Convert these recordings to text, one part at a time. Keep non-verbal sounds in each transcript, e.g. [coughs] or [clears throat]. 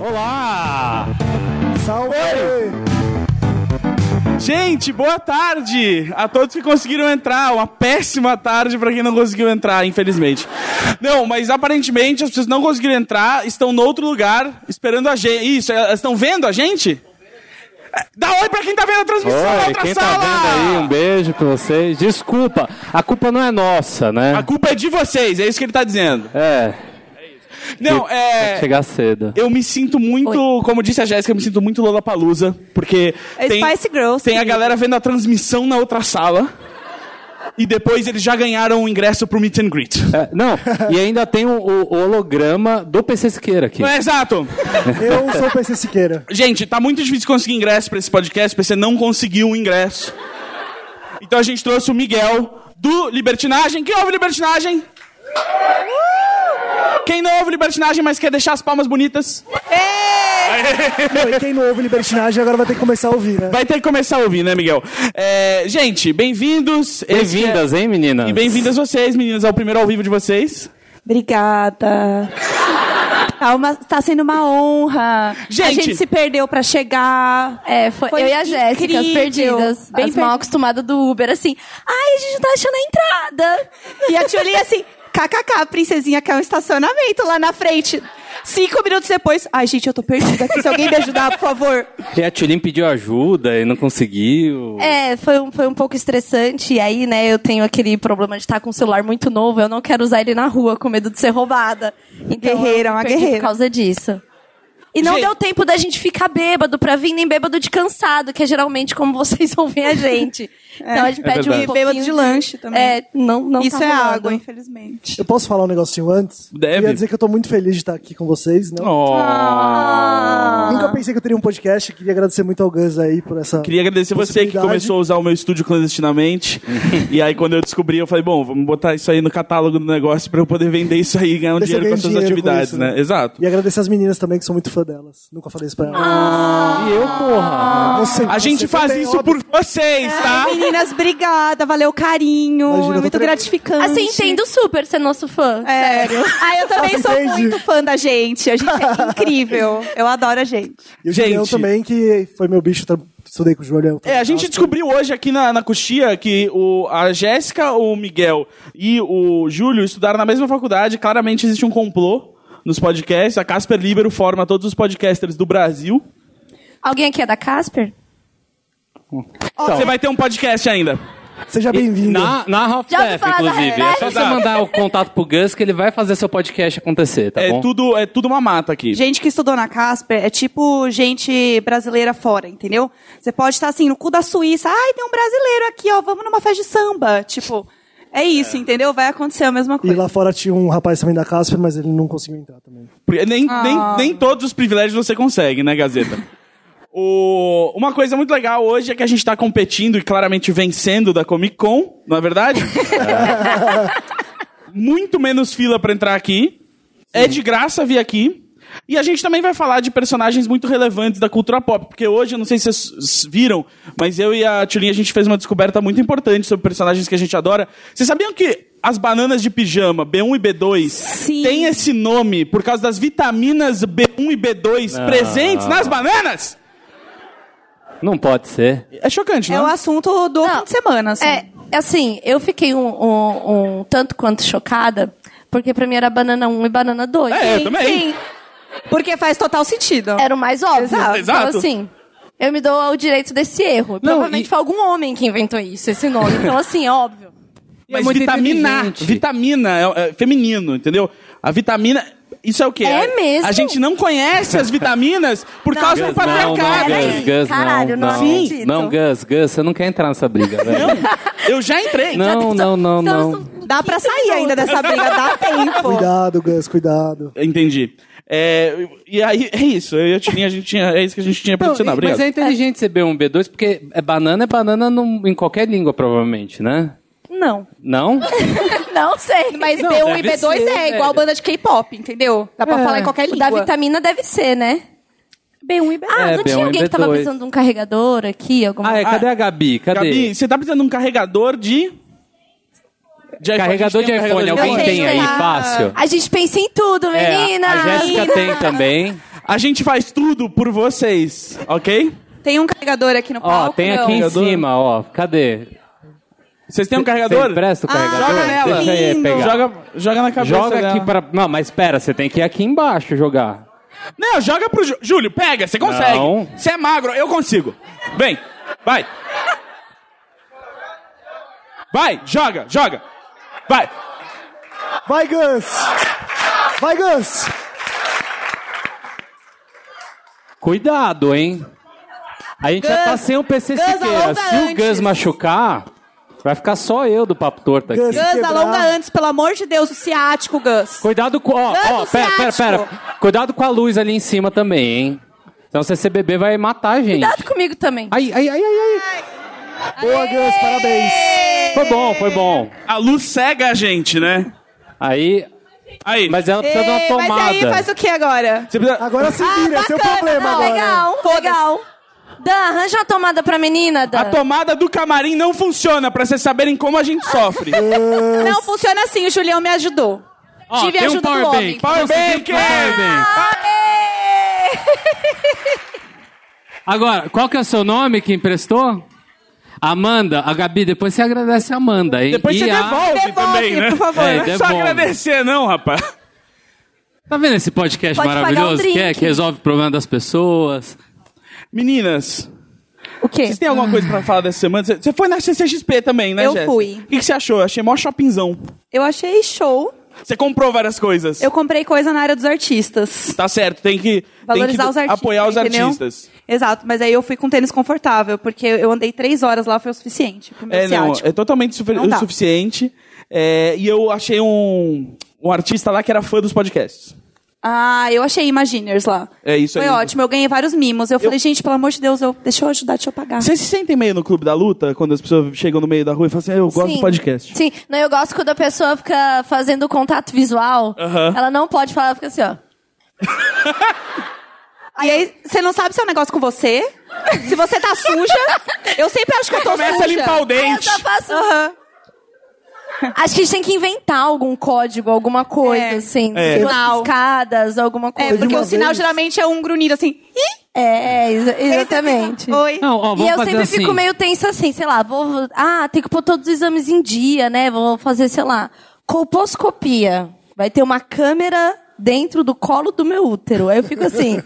Olá! Salve! Gente, boa tarde a todos que conseguiram entrar. Uma péssima tarde pra quem não conseguiu entrar, infelizmente. Não, mas aparentemente as pessoas não conseguiram entrar, estão no outro lugar esperando a gente. Isso, elas estão vendo a gente? É, Dá oi pra quem tá vendo a transmissão na Oi, outra quem tá sala! vendo aí, um beijo pra vocês. Desculpa, a culpa não é nossa, né? A culpa é de vocês, é isso que ele tá dizendo. É, Não, tem que é. chegar cedo. Eu me sinto muito, como disse a Jéssica, eu me sinto muito Lollapalooza, porque É tem, Spice Girls, tem a querido. galera vendo a transmissão na outra sala e depois eles já ganharam o ingresso pro Meet and Greet. É, não, e ainda tem o, o holograma do PC Siqueira aqui. É, Exato. Eu sou o PC Siqueira. Gente, tá muito difícil conseguir ingresso pra esse podcast, porque você não conseguiu o ingresso. Então a gente trouxe o Miguel do Libertinagem. Quem ouve Libertinagem? Quem não ouve Libertinagem, mas quer deixar as palmas bonitas, Não, e quem não ouve Libertinagem agora vai ter que começar a ouvir, né? vai ter que começar a ouvir, né, Miguel? É, gente, bem-vindos. Esse é- Bem-vindas, hein, meninas? E bem-vindas vocês, meninas, ao primeiro ao vivo de vocês. Obrigada. Tá, uma- tá sendo uma honra. Gente. a gente se perdeu pra chegar. É, foi, Foi eu e a Jéssica, as incrível. perdidas. Bem Bem as mal perdi- acostumadas do Uber, assim. Ai, a gente não tá achando a entrada. E a Tchuli assim, kkk, princesinha, quer um estacionamento lá na frente. Cinco minutos depois, ai gente, eu tô perdida aqui. Se alguém me ajudar, por favor. E a Tulin pediu ajuda e não conseguiu. É, foi um, foi um pouco estressante. E aí, né, eu tenho aquele problema de estar com um celular muito novo. Eu não quero usar ele na rua, com medo de ser roubada. Então, Guerreira, eu uma perdi guerreira. Por causa disso. E não Gente. deu tempo da gente ficar bêbado pra vir, nem bêbado de cansado, que é geralmente como vocês [laughs] ouvem a gente. Então a gente É pede um verdade. pouquinho Bêbado de lanche também. É, não, não Isso tá é rolando. água, infelizmente. Eu posso falar um negocinho antes? Deve. Eu ia dizer que eu tô muito feliz de estar aqui com vocês, né? Nunca pensei que eu teria um podcast. Queria agradecer muito ao Gus aí por essa. Queria agradecer você que Possibilidade. começou a usar o meu [laughs] estúdio clandestinamente. e aí, quando eu descobri, eu falei, bom, vamos botar isso aí no catálogo do negócio pra eu poder vender isso aí e ganhar um Ver se eu dinheiro com ganho as suas dinheiro com atividades, isso, né? né? Exato. E agradecer as meninas também, que sou muito fã delas. Nunca falei isso pra elas. E eu, porra. Eu sei que A gente você faz também, isso óbvio. por vocês, tá? Ai, É, meninas, obrigada, valeu o carinho. Imagina, eu é tô muito tre- gratificante. Assim, entendo super ser nosso fã. Sério. Ah, eu também Nossa, sou entendi. muito fã da gente. A gente é incrível. Eu adoro a gente. E o Julião Gente. também, que foi meu bicho, tra- estudei com o Julião. É, a gente descobriu hoje aqui na, na Coxia que o, a Jéssica, o Miguel e o Júlio estudaram na mesma faculdade. Claramente existe um complô nos podcasts. A Casper Libero forma todos os podcasters do Brasil. Alguém aqui é da Casper? Você vai ter um podcast ainda. Então. Seja bem-vindo. Na, na Half Já ouvi Def, falar da inclusive. É só Half você Def. mandar o contato pro Gus que ele vai fazer seu podcast acontecer, tá é, bom? tudo, é tudo uma mata aqui. Gente que estudou na Casper é tipo gente brasileira fora, entendeu? Você pode estar assim, no cu da Suíça. Ai, tem um brasileiro aqui, ó. Vamos numa festa de samba. Tipo, é isso, entendeu? Vai acontecer a mesma E coisa. lá fora tinha um rapaz também da Casper, mas ele não conseguiu entrar também. Porque Nem, Ah. nem, nem todos os privilégios você consegue, né, Gazeta? [laughs] O- uma coisa muito legal hoje é que a gente tá competindo e claramente vencendo da Comic Con, não é verdade? muito menos fila pra entrar aqui. É de graça vir aqui. E a gente também vai falar de personagens muito relevantes da cultura pop, porque hoje, eu não sei se vocês s- viram, mas eu e a Tulinha a gente fez uma descoberta muito importante sobre personagens que a gente adora. Vocês sabiam que as bananas de pijama, B1 e B2, Sim. têm esse nome por causa das vitaminas B1 e B2 presentes nas bananas? Não pode ser. É chocante, É o não? assunto do Não. fim de semana, assim. É, assim, eu fiquei um, um- um tanto quanto chocada, porque pra mim era banana 1 e banana 2. É, eu Sim, também. Sim, Porque faz total sentido. era o mais óbvio. Exato. Exato. Então, assim, eu me dou o direito desse erro. Provavelmente e- foi algum homem que inventou isso, [laughs] esse nome. Então, assim, é óbvio. Mas É muito vitamina, inteligente. vitamina é, é feminino, entendeu? A vitamina, isso é o quê? É A- mesmo? A gente não conhece as vitaminas por causa do Gus, não, não, patriarcado. Gus, Peraí, Gus, caralho, não, não não. acredito. Não, Gus, Gus, você não quer entrar nessa briga, velho. Eu já entrei. Não, não, não, não. Dá pra sair ainda dessa briga, dá tempo. Cuidado, Gus, cuidado. Entendi. É, e aí, é isso. Eu e a Tirinha, a gente tinha, é isso que a gente tinha pra Não, adicionar. e- mas Obrigado. é inteligente ser B1, B2, porque é banana é banana num- em qualquer língua, provavelmente, né? Não. Não? [laughs] Não sei. Mas Não, B1 e deve B2 ser, é igual velho. banda de K-pop, entendeu? Dá pra É. falar em qualquer o língua. da vitamina deve ser, né? B1 e B2. Ah, É, não B1 tinha e alguém que tava B2. precisando de um carregador aqui? Alguma Ah, é, cadê a Gabi? Cadê? Gabi, você tá precisando de um carregador de. de iPhone. Carregador A gente de tem um iPhone, carregador alguém Eu tem tenho aí, lá. fácil? A gente pensa em tudo, É, menina. a Jéssica tem também. A A gente faz tudo por vocês, ok? Tem um carregador aqui no Ó, palco? tem não? aqui em Carregador? cima, ó. Cadê? Vocês têm um carregador? Você empresta o Ah, carregador? joga nela. Deixa aí Lindo. pegar. Joga, joga na cabeça Joga dela. aqui pra. Não, mas pera, você tem que ir aqui embaixo jogar. Não, joga pro Júlio. Júlio, pega, você consegue. Não. Você é magro, eu consigo. Vem, vai. Vai, joga, joga. Vai. Vai, Gus! Vai, Gus! Cuidado, hein? A gente já tá Gus, sem o PC Gus, Siqueira. alonga Se o Gus antes. machucar, vai ficar só eu do papo torto aqui. Gus. Gus, Quebrar. alonga antes, pelo amor de Deus, o ciático, Gus. Cuidado com. Ó, Gus, ó, o pera, pera, pera. Cuidado com a luz ali em cima também, hein? Senão você CBB vai matar a gente. Cuidado comigo também. Ai, ai, ai, ai, ai. Boa, Gus, parabéns! Foi bom, foi bom. A luz cega a gente, né? Aí. Aí. Mas ela precisa de uma Ei, tomada. mas aí faz o Ah. que agora? Você precisa- Agora se vira, é seu bacana, problema não, agora. Ah, Legal, Foda-se. legal. Dan, arranja uma tomada pra menina, Dan. A tomada do camarim não funciona, pra vocês saberem como a gente sofre. Não, funciona assim, o Julião me ajudou. Ó, Tive a tem um ajuda do power homem. bank. Power Consegui bank! um power bank. Agora, qual que é o seu nome que emprestou? Amanda, a Gabi, depois você agradece a Amanda, hein? Depois E você a- devolve, Devolve, também, né? por favor. É, Não é só devolve. agradecer, não, rapaz. Tá vendo esse podcast Pode pagar um maravilhoso que é? drink. Que resolve o problema das pessoas. Meninas, O quê? vocês têm alguma coisa pra falar dessa semana? Você- Você foi na CCXP também, né, Eu Jéssica? fui. O que que você achou? Eu achei mó shoppingzão. Eu achei show. Você comprou várias coisas. Eu comprei [laughs] coisa na área dos artistas. Tá certo, tem que, tem que Valorizar os artistas. apoiar os entendeu? artistas. Exato, mas aí eu fui com tênis confortável, porque eu andei três horas lá, foi o suficiente. Pro meu É, não, ciático. é totalmente sufe- Não dá. o suficiente. É, e eu achei um, um artista lá que era fã dos podcasts. Ah, eu achei Imaginers lá. É isso Foi aí. ótimo, eu ganhei vários mimos. Eu, falei, gente, pelo amor de Deus, eu... deixa eu ajudar, deixa eu pagar. Vocês se sentem meio no clube da luta, quando as pessoas chegam no meio da rua e falam assim, "Ah, eu gosto Sim. do podcast. Sim, não, eu gosto quando a pessoa fica fazendo contato visual. Aham. Ela não pode falar, ela fica assim, ó. E aí, você não sabe se é um negócio com você, se você tá suja. Eu sempre acho que eu tô Começa suja. a limpar o Aí Eu dente. um só faço. Aham. Acho que a gente tem que inventar algum código, alguma coisa, É. assim. É. Duas Sinal. piscadas, alguma É, coisa. porque o uma sinal vez- geralmente é um grunhido assim. Ih! É, exa- Aí você exatamente. fica, Oi. Não, ó, vamos E eu fazer sempre assim. fico meio tensa assim, sei lá, vou. vou- Ah, tem que pôr todos os exames em dia, né? Vou fazer, sei lá, colposcopia. Vai ter uma câmera dentro do colo do meu útero. Aí eu fico assim.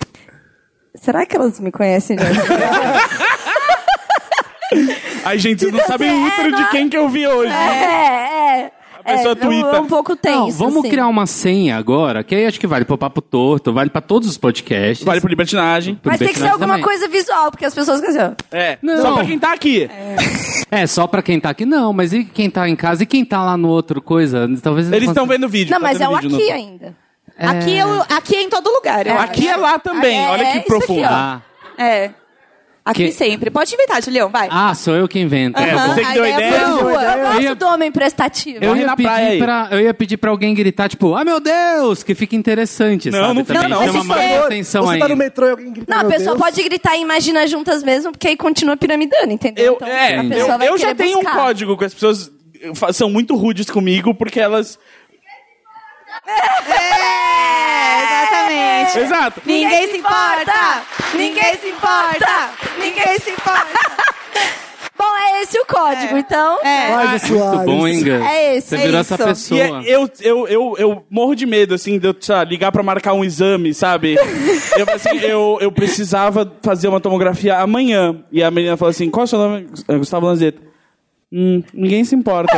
Será que elas me conhecem? Gente? Ai, [laughs] gente, vocês não sabem É, o útero de quem que eu vi hoje. É, é. A pessoa é, tuita. É um pouco tenso. Não, vamos assim. criar um uma senha agora, que aí acho que vale pro Papo Torto, vale pra todos os podcasts. Vale por libertinagem. Mas tem que ser Betinagem alguma também. coisa visual, porque as pessoas ficam assim, ó. É, Não. só pra quem tá aqui. É, só pra quem tá aqui não, mas e quem tá em casa e quem tá lá no outro coisa? Talvez Eles estão consiga- vendo o vídeo. Não, tá mas tendo é o vídeo no- aqui ainda. Aqui, eu, aqui é em todo lugar. eu acho. Aqui é lá também, É, olha é que isso profundo. aqui, ó. Ah, É. Aqui Que- sempre. Pode inventar, Julião, vai. ah, sou eu que invento. É, Aham, você que deu a ideia ideia. foi Eu, sua. eu gosto ia- do homem prestativo. Eu Corre ia, na pedir praia aí. pra, eu ia pedir pra alguém gritar, tipo, ah, meu Deus, que fica interessante, Não, sabe? não fica, Também não. Chama Você mais Você atenção tá aí. no metrô e alguém grita. Não, a meu pessoa Deus. pode gritar e imagina juntas mesmo, porque aí continua piramidando, entendeu? Então, Eu, é, a eu- pessoa eu, vai já querer tenho buscar. um código que as pessoas eh, fa- são muito rudes comigo porque elas. É, exatamente. Exato. Ninguém se importa! Ninguém se importa! Ninguém se importa! [laughs] Bom, é esse o código, É. então. É. Vai, Jô Ah, Muito bom, Soares. hein, Gus? É esse, Você é virou isso. essa Ah, E pessoa. é- eu, eu, eu, eu morro de medo, assim, de eu sei lá, ligar pra marcar um exame, [laughs] sabe? eu, falei assim, eu, eu precisava fazer uma tomografia amanhã. E a menina falou assim: qual é o seu nome? É Gustavo Lanzetta. Hum, ninguém se importa.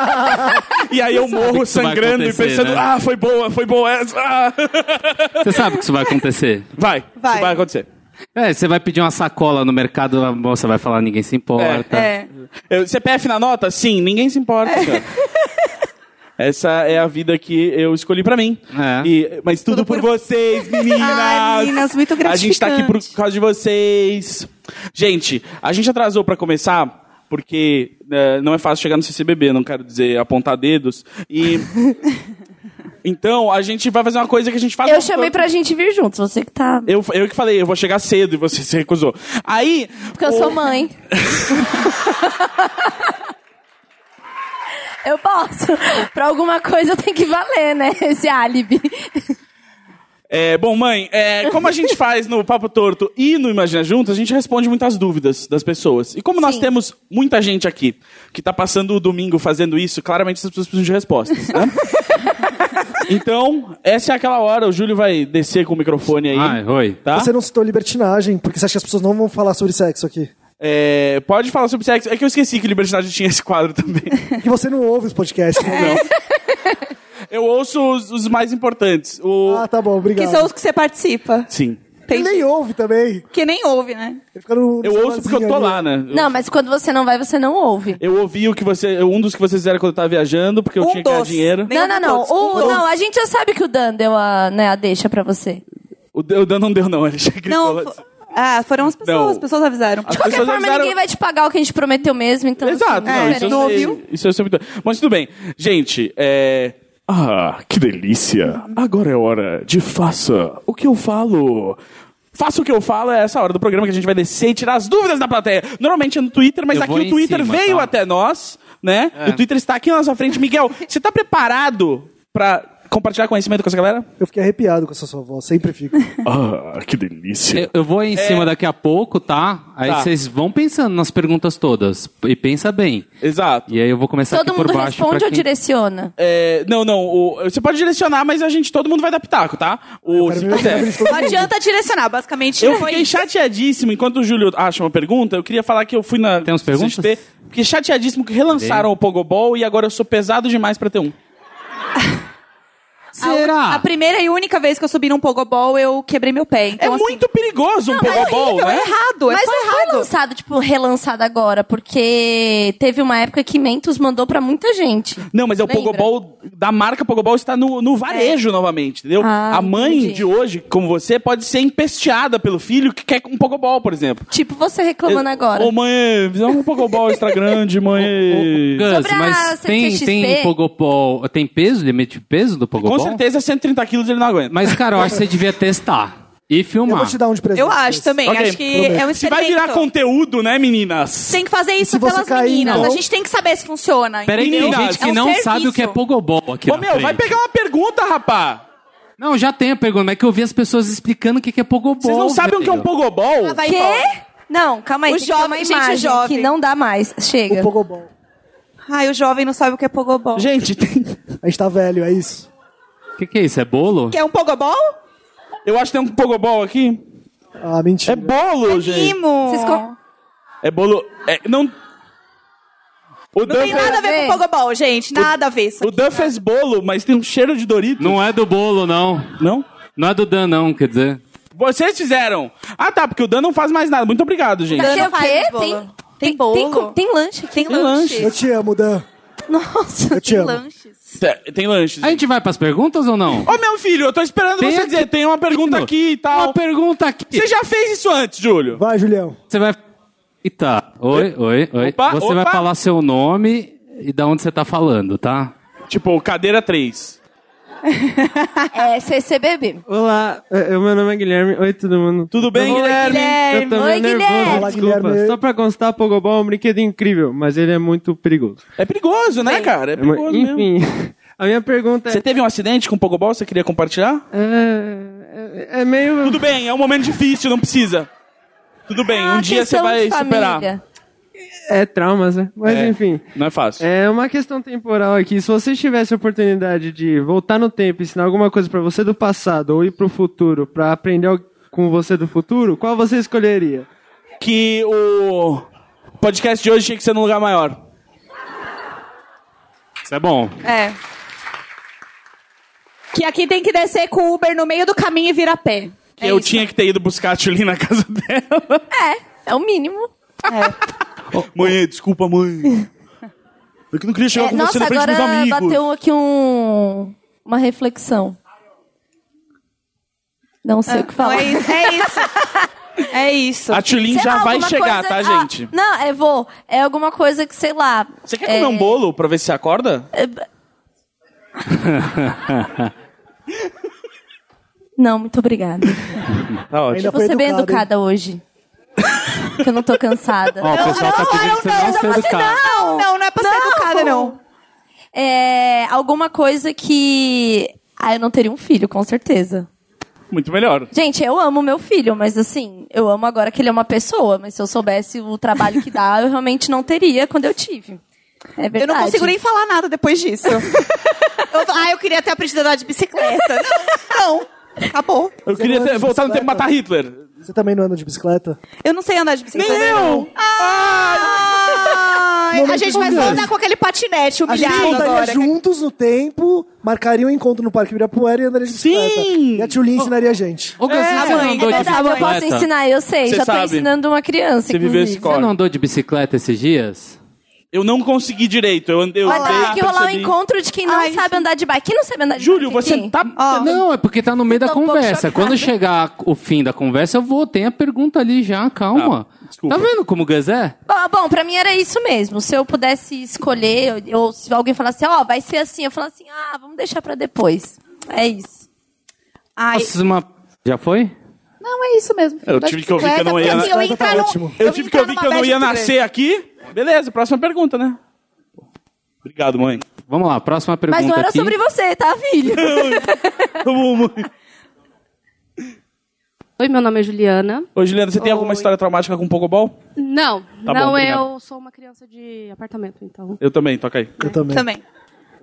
[laughs] e aí eu morro que isso vai sangrando e acontecer, pensando: né? ah, foi boa, foi boa essa. ah." Você sabe que isso vai acontecer. Vai, vai, Vai. vai acontecer. É, você vai pedir uma sacola no mercado, a moça vai falar, ninguém se importa. É. Eu- CPF na nota? Sim, ninguém se importa, É. senhora. Essa é a vida que eu escolhi pra mim. É. E- mas tudo, por, [laughs] vocês, meninas! Ai, meninas, muito A gente tá aqui por gratificante. causa de vocês. Gente, a gente atrasou pra começar, porque eh, não é fácil chegar no CCBB, não quero dizer apontar dedos. [laughs] E... então, a gente vai fazer uma coisa que a gente faz... Eu chamei pra gente vir juntos, você que tá. Eu, eu que falei, eu vou chegar cedo e você se recusou. Aí... Porque eu [laughs] sou mãe. eu posso. Pra alguma coisa tem que valer, né? Esse álibi. É, bom, mãe, é, como [laughs] a gente faz no Papo Torto e no Imagina Juntos, a gente responde muitas dúvidas das pessoas. E como nós Sim. temos muita gente aqui que está passando o domingo fazendo isso, claramente essas pessoas precisam de respostas, [laughs] né? Então, essa é aquela hora, o Júlio vai descer com o microfone aí. Ai, oi. Tá? Você não citou libertinagem, porque você acha que as pessoas não vão falar sobre sexo aqui. É, pode falar sobre sexo. É que eu esqueci que Libertinagem tinha esse [laughs] quadro também. Que você não ouve os podcasts. né? Eu ouço os, os mais importantes. O... Ah, tá bom, Que obrigado. são os que você participa. Sim. Ele nem ouve também. Que nem ouve, né? Ele fica no, no Eu ouço porque eu tô celularzinho lá, né? Eu- Não, mas quando você não vai, você não ouve. Eu ouvi o que você. Um dos que vocês fizeram quando eu tava viajando, porque eu Um tinha que ganhar doce. dinheiro. Nem não, não, não. ouve todos, O- um não, a gente já sabe que o Dan deu a, né, a deixa pra você. O Dan o Dan não deu, não. [laughs] Ele já gritou. Não, fo- ah, foram as pessoas, Não. as pessoas avisaram. As De qualquer pessoas forma, avisaram- ninguém vai te pagar o que a gente prometeu mesmo, então. Exato, assim, "Ah, não, é isso, eu não sei, ouviu? isso eu sei muito. Mas tudo bem. Gente, é. Ah, que delícia! Agora é hora de faça o que eu falo. Faça o que eu falo é essa hora do programa que a gente vai descer e tirar as dúvidas da plateia. Normalmente é no Twitter, mas Eu aqui vou o em Twitter cima, veio tá? É. até nós, né? E o Twitter está aqui na nossa frente. Miguel, você tá preparado pra compartilhar conhecimento com essa galera? ali. Eu fiquei arrepiado É. com essa sua voz, sempre fico. [laughs] Ah, que delícia! Eu, eu vou em cima daqui a pouco, tá? Aí É. Tá. vocês vão pensando nas perguntas todas. E pensa bem. Exato. E aí eu vou começar Todo aqui por mundo baixo. responde pra ou quem- direciona? É, não, não. o- você pode direcionar, mas a gente, todo mundo vai dar pitaco, tá? O, Quero se ver o puder. cabelo de todo Não mundo. adianta direcionar, basicamente. Eu foi fiquei isso. chateadíssimo enquanto o Júlio acha uma pergunta. Eu queria falar que eu fui na Tem uns perguntas? CXP, Fiquei chateadíssimo que relançaram o Pogobol e agora eu sou pesado demais pra ter um. A, Será? a primeira e única vez que eu subi num pogobol, eu quebrei meu pé. Então, é assim, muito perigoso um é Pogobol, horrível, né? é errado, é Mas só não foi errado. lançado, tipo, relançado agora, porque teve uma época que Mentos mandou pra muita gente. Não, mas é o Lembra? Pogobol da marca Pogobol está no, no varejo É. novamente, entendeu? Ah, a mãe entendi. de hoje, como você, pode ser empesteada pelo filho que quer um Pogobol, por exemplo. Tipo, você reclamando Eu- agora. Ô, mãe, fizeram um Pogobol [laughs] extra grande, mãe. Gus, Sobre a mas tem, CCXP? tem Pogopol. Tem peso, limite de peso do Pogopol? Com certeza, 130 quilos ele não aguenta. Mas, cara, eu acho que você [laughs] devia testar e Eu filmar. vou te dar um de presente. Eu acho Cris. também, Ok, acho que é um experimento. Se vai virar conteúdo, né, meninas? Tem que fazer isso se você pelas cair, meninas. não? A gente tem que saber se funciona. Peraí, que tem entendeu? gente que É um não serviço. sabe o que é Pogobol aqui Ô, na meu, vai frente. pegar uma pergunta, rapá. Não, já tem a pergunta, mas é que eu vi as pessoas explicando o que que é Pogobol. Vocês não sabem o que é um velho. pogobol? Ela vai Quê? embora. Não, calma aí. O tem que ter uma jovem, gente, o imagem jovem. Tá Que não dá mais. Chega. O Pogobol. Ai, o jovem não sabe o que é pogobol. Gente, tem- A gente tá velho, é isso. O que, que é isso? É bolo? Quer um pogobol? eu acho que tem um pogobol aqui. Ah, É mentira. bolo, gente. Mimo. Vocês con- É bolo. É, não. O Não Dan, tem fez, nada a ver com pogobol, gente. Nada a ver isso. o Dan fez bolo, mas tem um cheiro de Dorito. Não é do bolo, não. Não? Não é do Dan, não, quer dizer. Vocês fizeram. Ah, tá, porque o Dan não faz mais nada. Muito obrigado, gente. Tem Não o faz quê? bolo. Tem, Tem bolo. Tem, co- tem É lanche aqui. Tem lanche. Eu te amo, Dan. Nossa. Eu te amo. [laughs] lanches. Tem- Tem lanches. A gente vai pras perguntas ou não? Ô, meu filho, eu tô esperando Tem você aqui- dizer. Tem uma pergunta Mimo, aqui e Uma tal. pergunta aqui. Você já fez isso antes, Júlio? Vai, Julião. Você vai. Eita. Oi, oi, oi. Opa, você opa. vai falar seu nome e da onde você tá falando, tá? Tipo, cadeira 3. É CCBB. Olá, eu, meu nome é Guilherme. Oi, todo mundo. Tudo bem, Guilherme? Eu tô meio Oi, Guilherme. nervoso, Olá, desculpa. Guilherme. Só pra constar, Pogobol é um brinquedo incrível, mas ele é muito perigoso. É perigoso, né, cara? É perigoso mesmo. Enfim, [laughs] a minha pergunta Você é... teve um acidente com o Pogobol? Você queria compartilhar? É, é- é meio... Tudo bem, é um momento difícil, não precisa. Tudo bem, Ah, um dia você questão vai de família. superar. É traumas, né? Mas É. enfim... Não é fácil. É uma questão temporal aqui. Se você tivesse a oportunidade de voltar no tempo e ensinar alguma coisa pra você do passado ou ir pro futuro pra aprender al- com você do futuro, qual você escolheria? Que o podcast de hoje tinha que ser num lugar maior. Isso é bom. É. Que aqui tem que descer com o Uber no meio do caminho e virar pé. Que eu tinha que ter ido buscar a Tchuli na casa dela. É, é o mínimo. mãe, desculpa, mãe. [laughs] Eu que não queria chegar É, com você nossa, na frente agora dos amigos. bateu aqui um, uma reflexão. Não sei o que Então falar. é isso. É isso. [laughs] É isso. A Tchulin Sei já lá, vai alguma chegar, coisa- tá, ah, gente? não, é vou. É alguma coisa que, sei lá. Você quer é, comer um bolo pra ver se você acorda? [laughs] Não, muito obrigada. [laughs] Tá ótimo. Ainda Vou ser bem educado, hein? educada hoje. [laughs] que eu não tô cansada. Ó, o pessoal tá pedindo pra você não ser educado. tá- Não, não, não é pra ser educada, não. É, alguma coisa que. Ah, eu não teria um filho, com certeza. Muito melhor. Gente, eu amo meu filho, mas assim, eu amo agora que ele é uma pessoa. Mas se eu soubesse o trabalho que dá, eu realmente não teria quando eu tive. É verdade. Eu não consigo nem falar nada depois [laughs] disso. Eu tô- ah, eu queria ter aprendido a andar de bicicleta. Não, não. Acabou. Eu queria não ter- anda de voltar no tempo e bicicleta? matar Hitler. Você também não anda de bicicleta? Eu não sei andar de Nem bicicleta. eu! Ai, Ah! a Momento gente vai só conversa. andar com aquele patinete A gente humilhado voltaria agora. juntos no tempo, marcaria um encontro no Parque Ibirapuera e andaria de bicicleta. Sim! E a Tio Lin ensinaria a gente. Ô, Gus, a você mãe, não andou é de Verdade, eu posso bicicleta? ensinar, eu sei. Você já tô sabe. ensinando uma criança, Você viveu esse inclusive. corre. Você não andou de bicicleta esses dias? Eu não consegui direito. Eu andei. Eu Vai andei, ter que rolar o percebi. encontro de quem não Ai, sabe andar de bike. Quem não sabe andar de Júlio, bike? você aqui? tá. Não, é porque tá no meio da tô um pouco conversa. chocada. Quando chegar o fim da conversa, eu vou. Tem a pergunta ali já, calma. Tá, desculpa. Tá vendo como o Gus é? tá- Bom, bom, pra mim era isso mesmo. Se eu pudesse escolher, ou ou se alguém falasse, ó, vai ser assim, eu falava assim, ah, vamos deixar pra depois. É isso. Ai, Nossa, uma- Já foi? não, é isso mesmo. Eu Andar tive de que ouvir que eu não bicicleta, ia- porque, assim, Bicicleta tá entrar num- ótimo. Eu tive que entrar ouvir numa que eu não bad ia trip. nascer aqui. Beleza, próxima pergunta, né? Obrigado, mãe. Vamos lá, próxima pergunta. Mas não era aqui. sobre [laughs] você, tá, filho? Amo, mãe. Oi, meu nome é Juliana. Ô, Juliana, você tem alguma história traumática com Pogobol? Não, Tá não, bom, obrigado. eu sou uma criança de apartamento, então. Eu também, toca aí. Eu também. Também.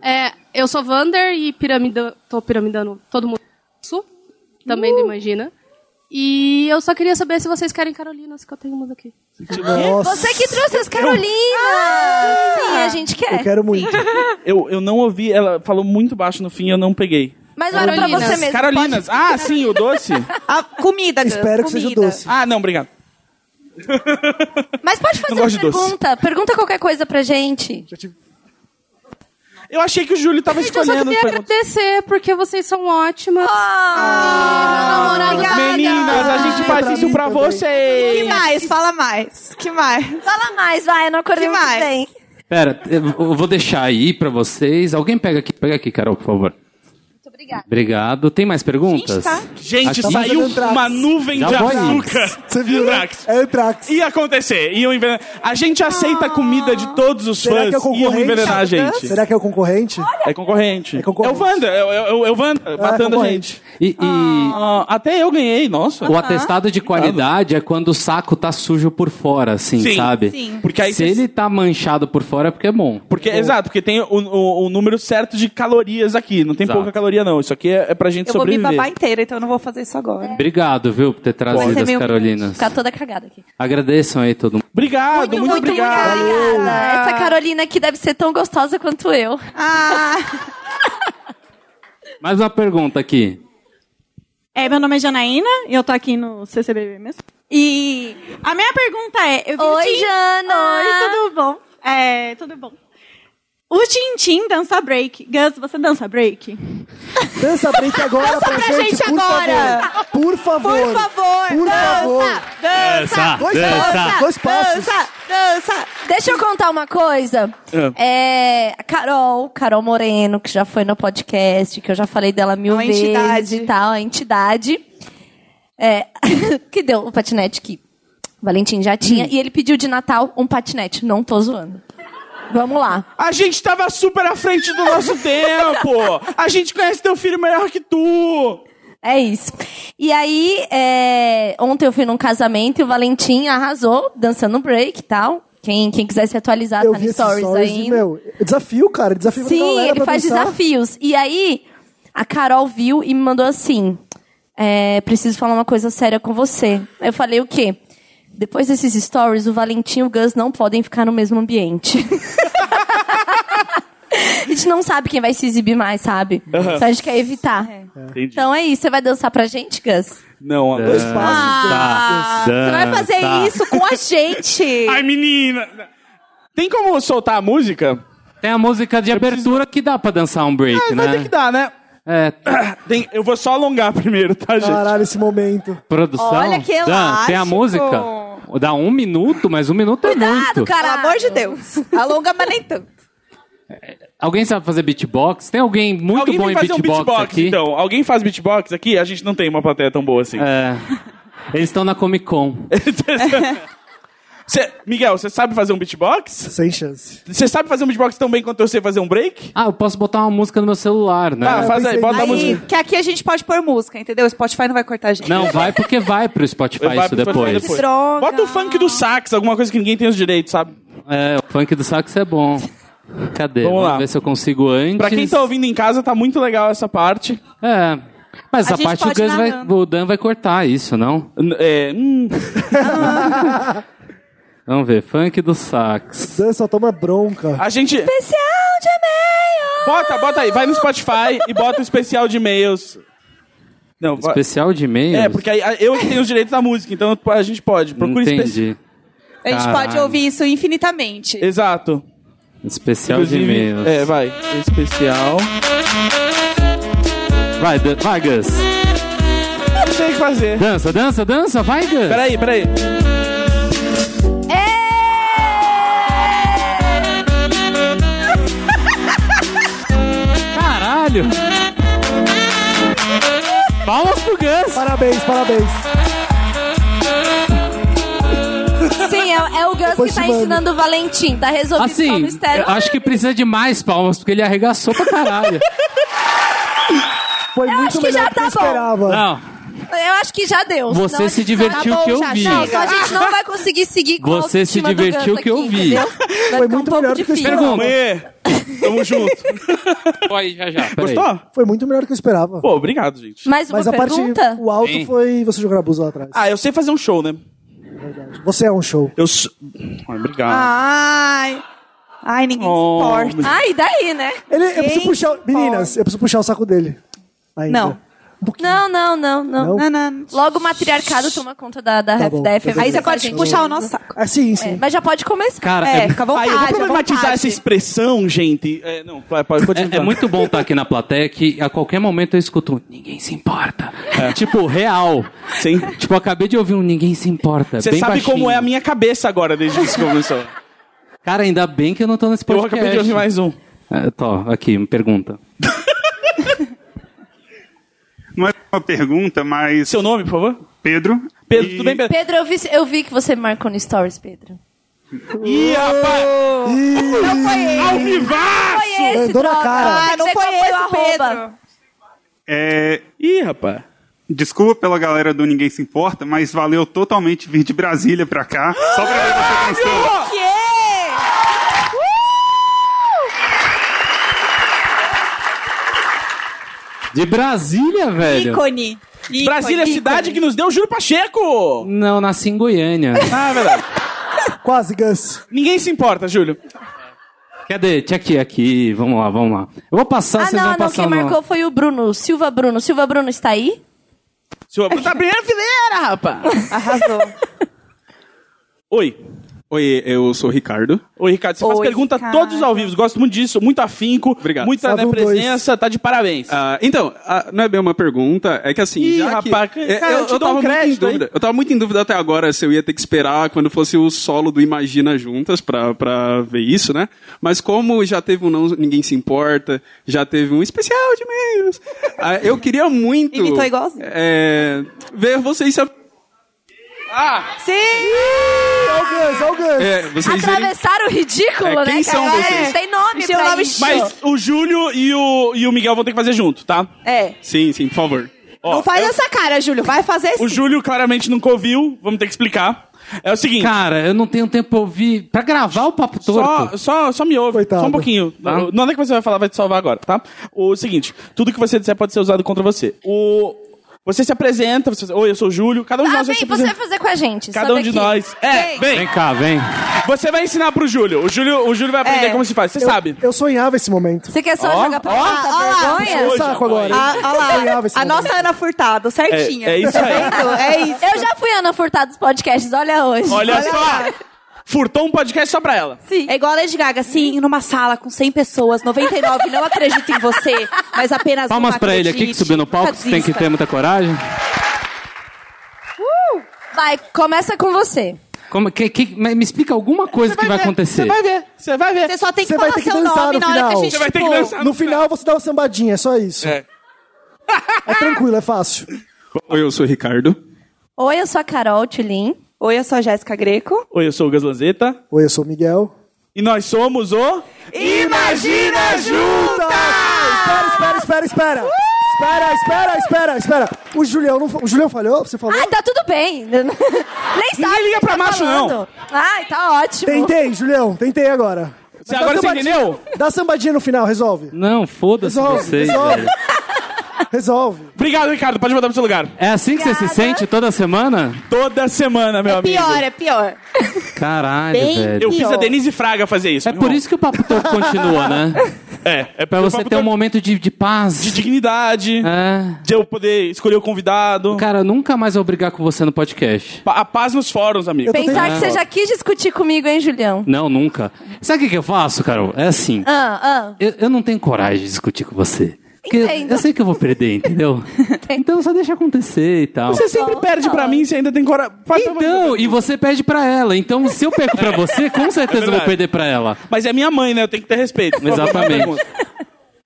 É, eu sou Vander e piramida, tô piramidando todo mundo. Sul, Também Uh! não imagina. E eu só queria saber se vocês querem Carolinas, que eu tenho umas aqui. Nossa, Você que trouxe as Carolinas! Ah! Sim, a gente eu quer. quero muito. [laughs] Eu, eu não ouvi, ela falou muito baixo no fim e eu não peguei. Mas não era pra Carolinas. você mesmo. Carolinas, ah, sim, o [laughs] doce? A comida, Gus, Espero que comida. seja o doce. Ah, não, obrigado. Pode- Mas pode fazer Não gosto uma de doce. pergunta. Pergunta qualquer coisa pra gente. Já tive- Eu achei que o Júlio tava Gente, eu só escolhendo. queria perguntas. agradecer, porque vocês são ótimas. Ah, Ah, Meninas, a gente faz pra isso mim pra também. Que vocês. mais? Fala mais. Que mais? Fala mais, vai, eu não acordei Que muito mais? bem. Pera, eu vou deixar aí pra vocês. Alguém pega aqui, pega aqui, Carol, por favor. Muito obrigada. Obrigado. Tem mais perguntas? Tá. Gente, tá. Aqui- saiu é Antrax. uma nuvem Já de foi. açúcar. Você viu? né? Antrax. É Antrax. Ah. Ia acontecer, iam envenenar. A gente aceita a comida de todos os Será fãs que é o e iam concorrente? envenenar a gente. Será que é o concorrente? É concorrente. É, concorrente. o Wanda, é, o- é o- é o Wanda matando a concorrente. gente. E, e Ah, até eu ganhei, nossa. o atestado de qualidade é quando o saco tá sujo por fora, assim, Sim. sabe? Sim. Porque aí Se cês- ele tá manchado por fora é porque é bom. Porque, exato, porque tem o, o- o número certo de calorias aqui. Não tem Exato. pouca caloria, não. Isso aqui é, é pra gente Eu vou me sobreviver. babar inteira, então eu não vou fazer isso agora. Obrigado, viu, por ter Vai trazido ser as é meio- Carolinas. Ficar toda cagada aqui. Agradeçam aí todo mundo. Obrigado, muito, obrigado. obrigada. Ah. Essa Carolina aqui deve ser tão gostosa quanto eu. Ah, Mais uma pergunta aqui. É, meu nome é Janaína e eu tô aqui no CCBB mesmo. E a minha pergunta é... Eu vi o Oi, Tim- Jana! Oi, tudo bom? É, tudo bom. O Tintim dança break. Gus, você dança break? Dança break agora pra, gente, gente por agora. favor. Por favor. por favor, Por favor. dança, dança, Dois passos. Dois passos. dança, dança. Deixa eu contar uma coisa. Ah. É, a Carol, Carol Moreno, que já foi no podcast, que eu já falei dela mil Uma vezes entidade. e tal, a entidade. É, [laughs] que deu o patinete que o Valentim já Hum. tinha. E ele pediu de Natal um patinete. Não tô zoando. Vamos lá. A gente tava super à frente do [laughs] nosso tempo. A gente conhece teu filho melhor que tu. É isso. E aí, é, ontem eu fui num casamento e o Valentim arrasou, dançando um break e tal. Quem, quem quiser se atualizar, Eu tá vi no esses stories, stories e, ainda. meu, eu desafio, cara. é Desafio pra Sim, galera ele pra faz dançar. desafios. E aí, a Carol viu e me mandou assim: é, preciso falar uma coisa séria com você. Aí Eu falei o quê? Depois desses stories, o Valentim e o Gus não podem ficar no mesmo ambiente. [laughs] a gente não sabe quem vai se exibir mais, sabe? Então a gente quer evitar. Entendi. Então é isso. Você vai dançar pra gente, [laughs] Gus? Não, Dois passos. Ah, Tá. você vai fazer isso com a gente. Ai, menina. Tem como soltar a música? Tem a música de abertura que dá pra dançar um break, Ah, né? Vai ter que dar, né? É, [coughs] Tem- eu vou só alongar primeiro, tá, gente? Caralho, esse momento. produção. Olha que Dan, tem a elástico. música. Dá um minuto, mas um minuto é muito. Pelo amor de Deus. Alonga, mas nem [laughs] tanto. Alguém sabe fazer beatbox? Tem alguém muito Alguém bom vem em fazer beatbox, um beatbox, aqui? então. Alguém faz beatbox aqui? A gente não tem uma plateia tão boa assim. É. Eles estão na Comic Con. [laughs] Cê- Miguel, você sabe fazer um beatbox? Sem chance. Você sabe fazer um beatbox tão bem quanto eu sei fazer um break? Ah, eu posso botar uma música no meu celular, né? Tá, faz aí, bota a música. Aí, que aqui a gente pode pôr música, entendeu? O Spotify não vai cortar a gente. Não, vai porque vai pro Spotify Vai isso pro Spotify depois. depois. Droga. Bota o funk do sax, alguma coisa que ninguém tem os direitos, sabe? É, o funk do sax é bom. Cadê? Vamos Vamos lá. ver se eu consigo antes. Pra quem tá ouvindo em casa, tá muito legal essa parte. É. Mas A a, gente parte do pode ir Guns vai, narrando. o Dan vai cortar isso, não? N- É, hum, Vamos ver, funk do sax. Dan só toma bronca. [laughs] a gente. Especial de e-mail! Bota, bota aí, vai no Spotify e bota o especial de e-mails. Não, vai- Especial de e-mail? É, porque aí, aí eu que tenho os direitos da música, então a gente pode. Procura especial. Entendi. [laughs] A gente Caralho. pode ouvir isso infinitamente. Exato. Especial de Inclusive, e-mails. É, vai. Especial. Vai, Dan, vai, Gus. Não sei o que fazer. Dança, dança, dança, vai, Gus. Peraí, peraí. Caralho. Palmas pro Gus. Parabéns, parabéns. Sim, é, é o Gus Depois que tá te mando. ensinando o Valentim. Tá resolvido só o Assim, mistério. eu acho que precisa de mais palmas, porque ele arregaçou pra caralho. Foi Eu muito acho que melhor já do tá eu bom. esperava. Não, Eu acho que já deu. Você senão a se gente- divertiu Tá bom, que eu já, vi. Não, então a gente não vai conseguir seguir com a Você se autoestima do divertiu Gus que eu aqui, vi. entendeu? Vai ficar muito um melhor do pouco que eu difícil. esperava. Mãe, tamo junto. pode já já. [laughs] peraí. Gostou? Foi muito melhor do que eu esperava. Pô, obrigado, gente. Mais uma Mas a parte, pergunta? o alto Sim. foi você jogar abuso lá atrás. Ah, eu sei fazer um show, né? Você é um show. Eu sou. Ai, Obrigado. Ai. Ai, ninguém Oh, se importa. Ah, e daí, né? Ele, eu preciso Gente, puxar. o- Meninas, eu preciso puxar o saco dele. Ainda. Não. Não, não, não, não. um Não? Não, não. Logo o matriarcado toma conta da, da, Tá bom, da FM. tá bom. Aí você pode puxar o nosso saco. Ah, sim, sim. É, mas já pode começar. Cara, É, é, fica à vontade. Aí, eu vou à problematizar vontade. essa expressão, gente. É, não, pode pode É, continuar. é muito bom estar aqui na plateia que a qualquer momento eu escuto um ninguém se importa. Tipo, real. É. Sim. Tipo, eu acabei de ouvir um ninguém se importa. Você bem sabe baixinho. como é a minha cabeça agora, desde que isso começou. [laughs] Cara, ainda bem que eu não tô nesse Eu podcast. acabei de ouvir mais um. É, tô, aqui, me pergunta. Não é uma pergunta, mas Seu nome, por favor? Pedro. Pedro, e- tudo bem, Pedro? Pedro, eu vi, eu vi que você me marcou no Stories, Pedro. Ih, rapaz! Não foi ele. Ao vivaço! Foi esse, Mandou na droga. cara. Ah, não Vê foi qual o esse, arroba. Pedro. É, Ih, rapaz! desculpa pela galera do Ninguém Se Importa, mas valeu totalmente vir de Brasília pra cá. Só pra ver você pensando. Quê? De Brasília, velho. Ícone. Ícone. Brasília, é Ícone. cidade que nos deu Júlio Pacheco! Não, nasci em Goiânia. Ah, é verdade. Quase, Gus. Ninguém se importa, Júlio. Cadê? Tinha aqui, aqui. Vamos lá, vamos lá. Eu vou passar, Ah, vocês não, vão não. passar Quem no- [laughs] marcou foi o Bruno. Silva Bruno. Silva Bruno está aí? Seu tá primeira fileira, rapaz! Arrasou. Oi. Oi, eu sou o Ricardo. Oi, Ricardo, você faz Oi, pergunta Ricardo. todos os ao vivo. Gosto muito disso, muito afinco, Obrigado. muita Salve né, um dois. presença, tá de parabéns. Ah, então, ah, não é bem uma pergunta, é que assim. Ih, já que- rapaz, é, cara, eu te dou um tava muito em crédito, hein? dúvida. Eu tava muito em dúvida até agora se eu ia ter que esperar quando fosse o solo do Imagina Juntas pra, pra ver isso, né? Mas como já teve um Não Ninguém Se Importa, já teve um especial de e-mails, ah, eu queria muito. Imitou igualzinho. é, ver vocês se. Ah, Sim! Ó o Gus, ó o Gus. É, vocês irem- Atravessaram o ridículo, É, né? quem são cara? vocês? Não Tem nome Tem um pra nome isso. Mas o Júlio e o, e o Miguel vão ter que fazer junto, tá? É. Sim, sim, por favor. Ó, não faz eu- essa cara, Júlio. Vai fazer sim. O Júlio claramente nunca ouviu, vamos ter que explicar. É o seguinte, Cara, eu não tenho tempo pra ouvir. Pra gravar o papo torto. só, só, só me ouve, Coitado. Tá. só um pouquinho. Não, Nada que você vai falar vai te salvar agora, tá? O seguinte, tudo que você disser pode ser usado contra você. O... Você se apresenta, você... Oi, eu sou o Júlio. Cada um de Tá, Ah, nós vai vem, se você vai apresentar. fazer com a gente. Cada só um de daqui. nós. É, vem. Vem cá, vem. Você vai ensinar pro Júlio. O Júlio, o Júlio vai aprender É. como se faz, você Eu- sabe. Eu sonhava esse momento. Você quer só Ó, jogar pra ó, cá? ó lá. vergonha? O saco agora. Ah, olha Sonhava esse lá. A momento. nossa Ana Furtado, certinha. É- é isso aí. Tá vendo? É isso. Eu já fui Ana Furtado dos podcasts, olha hoje. Olha, Olha só. lá. Furtou um podcast só pra ela. Sim. É igual a Lady Gaga, assim, numa sala com 100 pessoas, 99 não acredito em você, mas apenas Palmas uma pra ele aqui que acredite. subiu no palco, Nunca tem que desista. ter muita coragem. Uh! Vai, começa com você. Como, que, que- mas me explica alguma coisa que vai acontecer. Você vai ver, você vai ver. Você só tem que Você vai falar ter que seu dançar nome no na hora que a final. gente tipo, Você vai ter que pôr. dançar No final você dá uma sambadinha, é só isso. É. É tranquilo, é fácil. Oi, eu sou o Ricardo. Oi, eu sou a Carol Tulin. Oi, eu sou a Jéssica Greco. Oi, eu sou o Gaslanzeta. Oi, eu sou o Miguel. E nós somos o. Imagina Juntas! Espera, espera, espera, espera. Espera, espera, espera, espera. O Julião, não fa- o Julião falhou? Você falou? Ai, tá tudo bem. [laughs] Nem sabe. Ninguém liga pra macho, não. Tá Ai, tá ótimo. Tentei, Julião, tentei agora. Mas dá agora você sambadinha- entendeu? Dá sambadinha no final, resolve. Não, foda-se Resolve, vocês, resolve. velho. Resolve. Obrigado, Ricardo. Pode voltar pro seu lugar. É assim que você se sente toda semana? Toda semana, meu amigo. Pior, é pior. Caralho, Bem velho. Eu fiz a Tá Denise Fraga fazer isso. É por isso que o Papo Torto continua, né? [laughs] É, é Pra você ter um momento momento de, de paz. de dignidade, É. de eu poder escolher o convidado. Cara, nunca mais vou brigar com você no podcast. Pa- A paz nos fóruns, amigo. Pensar que você já quis discutir comigo, hein, Julião? Não, nunca. Sabe o que, que eu faço, Carol? É assim. Ah, ah. Eu, eu não tenho coragem de discutir com você. Porque Entendo. eu sei que eu vou perder, [laughs] entendeu? então só deixa acontecer e tal. Você sempre perde pra mim, você ainda tem coragem. Vai tomar- Então, e você perde pra ela. Então, se eu perco pra você, com certeza eu vou É verdade. perder pra ela. Mas é minha mãe, né? Eu tenho que ter respeito. Por favor, Exatamente. não pergunta.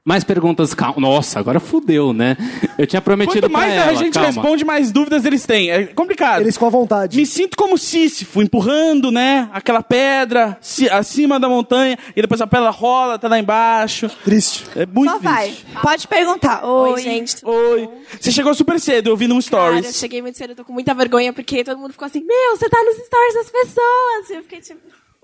Mais perguntas, calma. Nossa, agora fudeu, né? Eu tinha prometido Quanto mais pra ela. a gente calma. responde, mais dúvidas eles têm. É complicado. Eles com a vontade. Me sinto como Sísifo, empurrando, né? Aquela pedra ci- acima da montanha. E depois a pedra rola, tá lá embaixo. Triste. É muito Só vai. triste. Pode perguntar. Oi, Oi, gente. tudo Oi. bom? Você chegou super cedo, eu vi num Cara, eu stories. cheguei muito cedo, eu tô com muita vergonha, porque todo mundo ficou assim, meu, você tá nos stories das pessoas. E eu fiquei tipo... [laughs]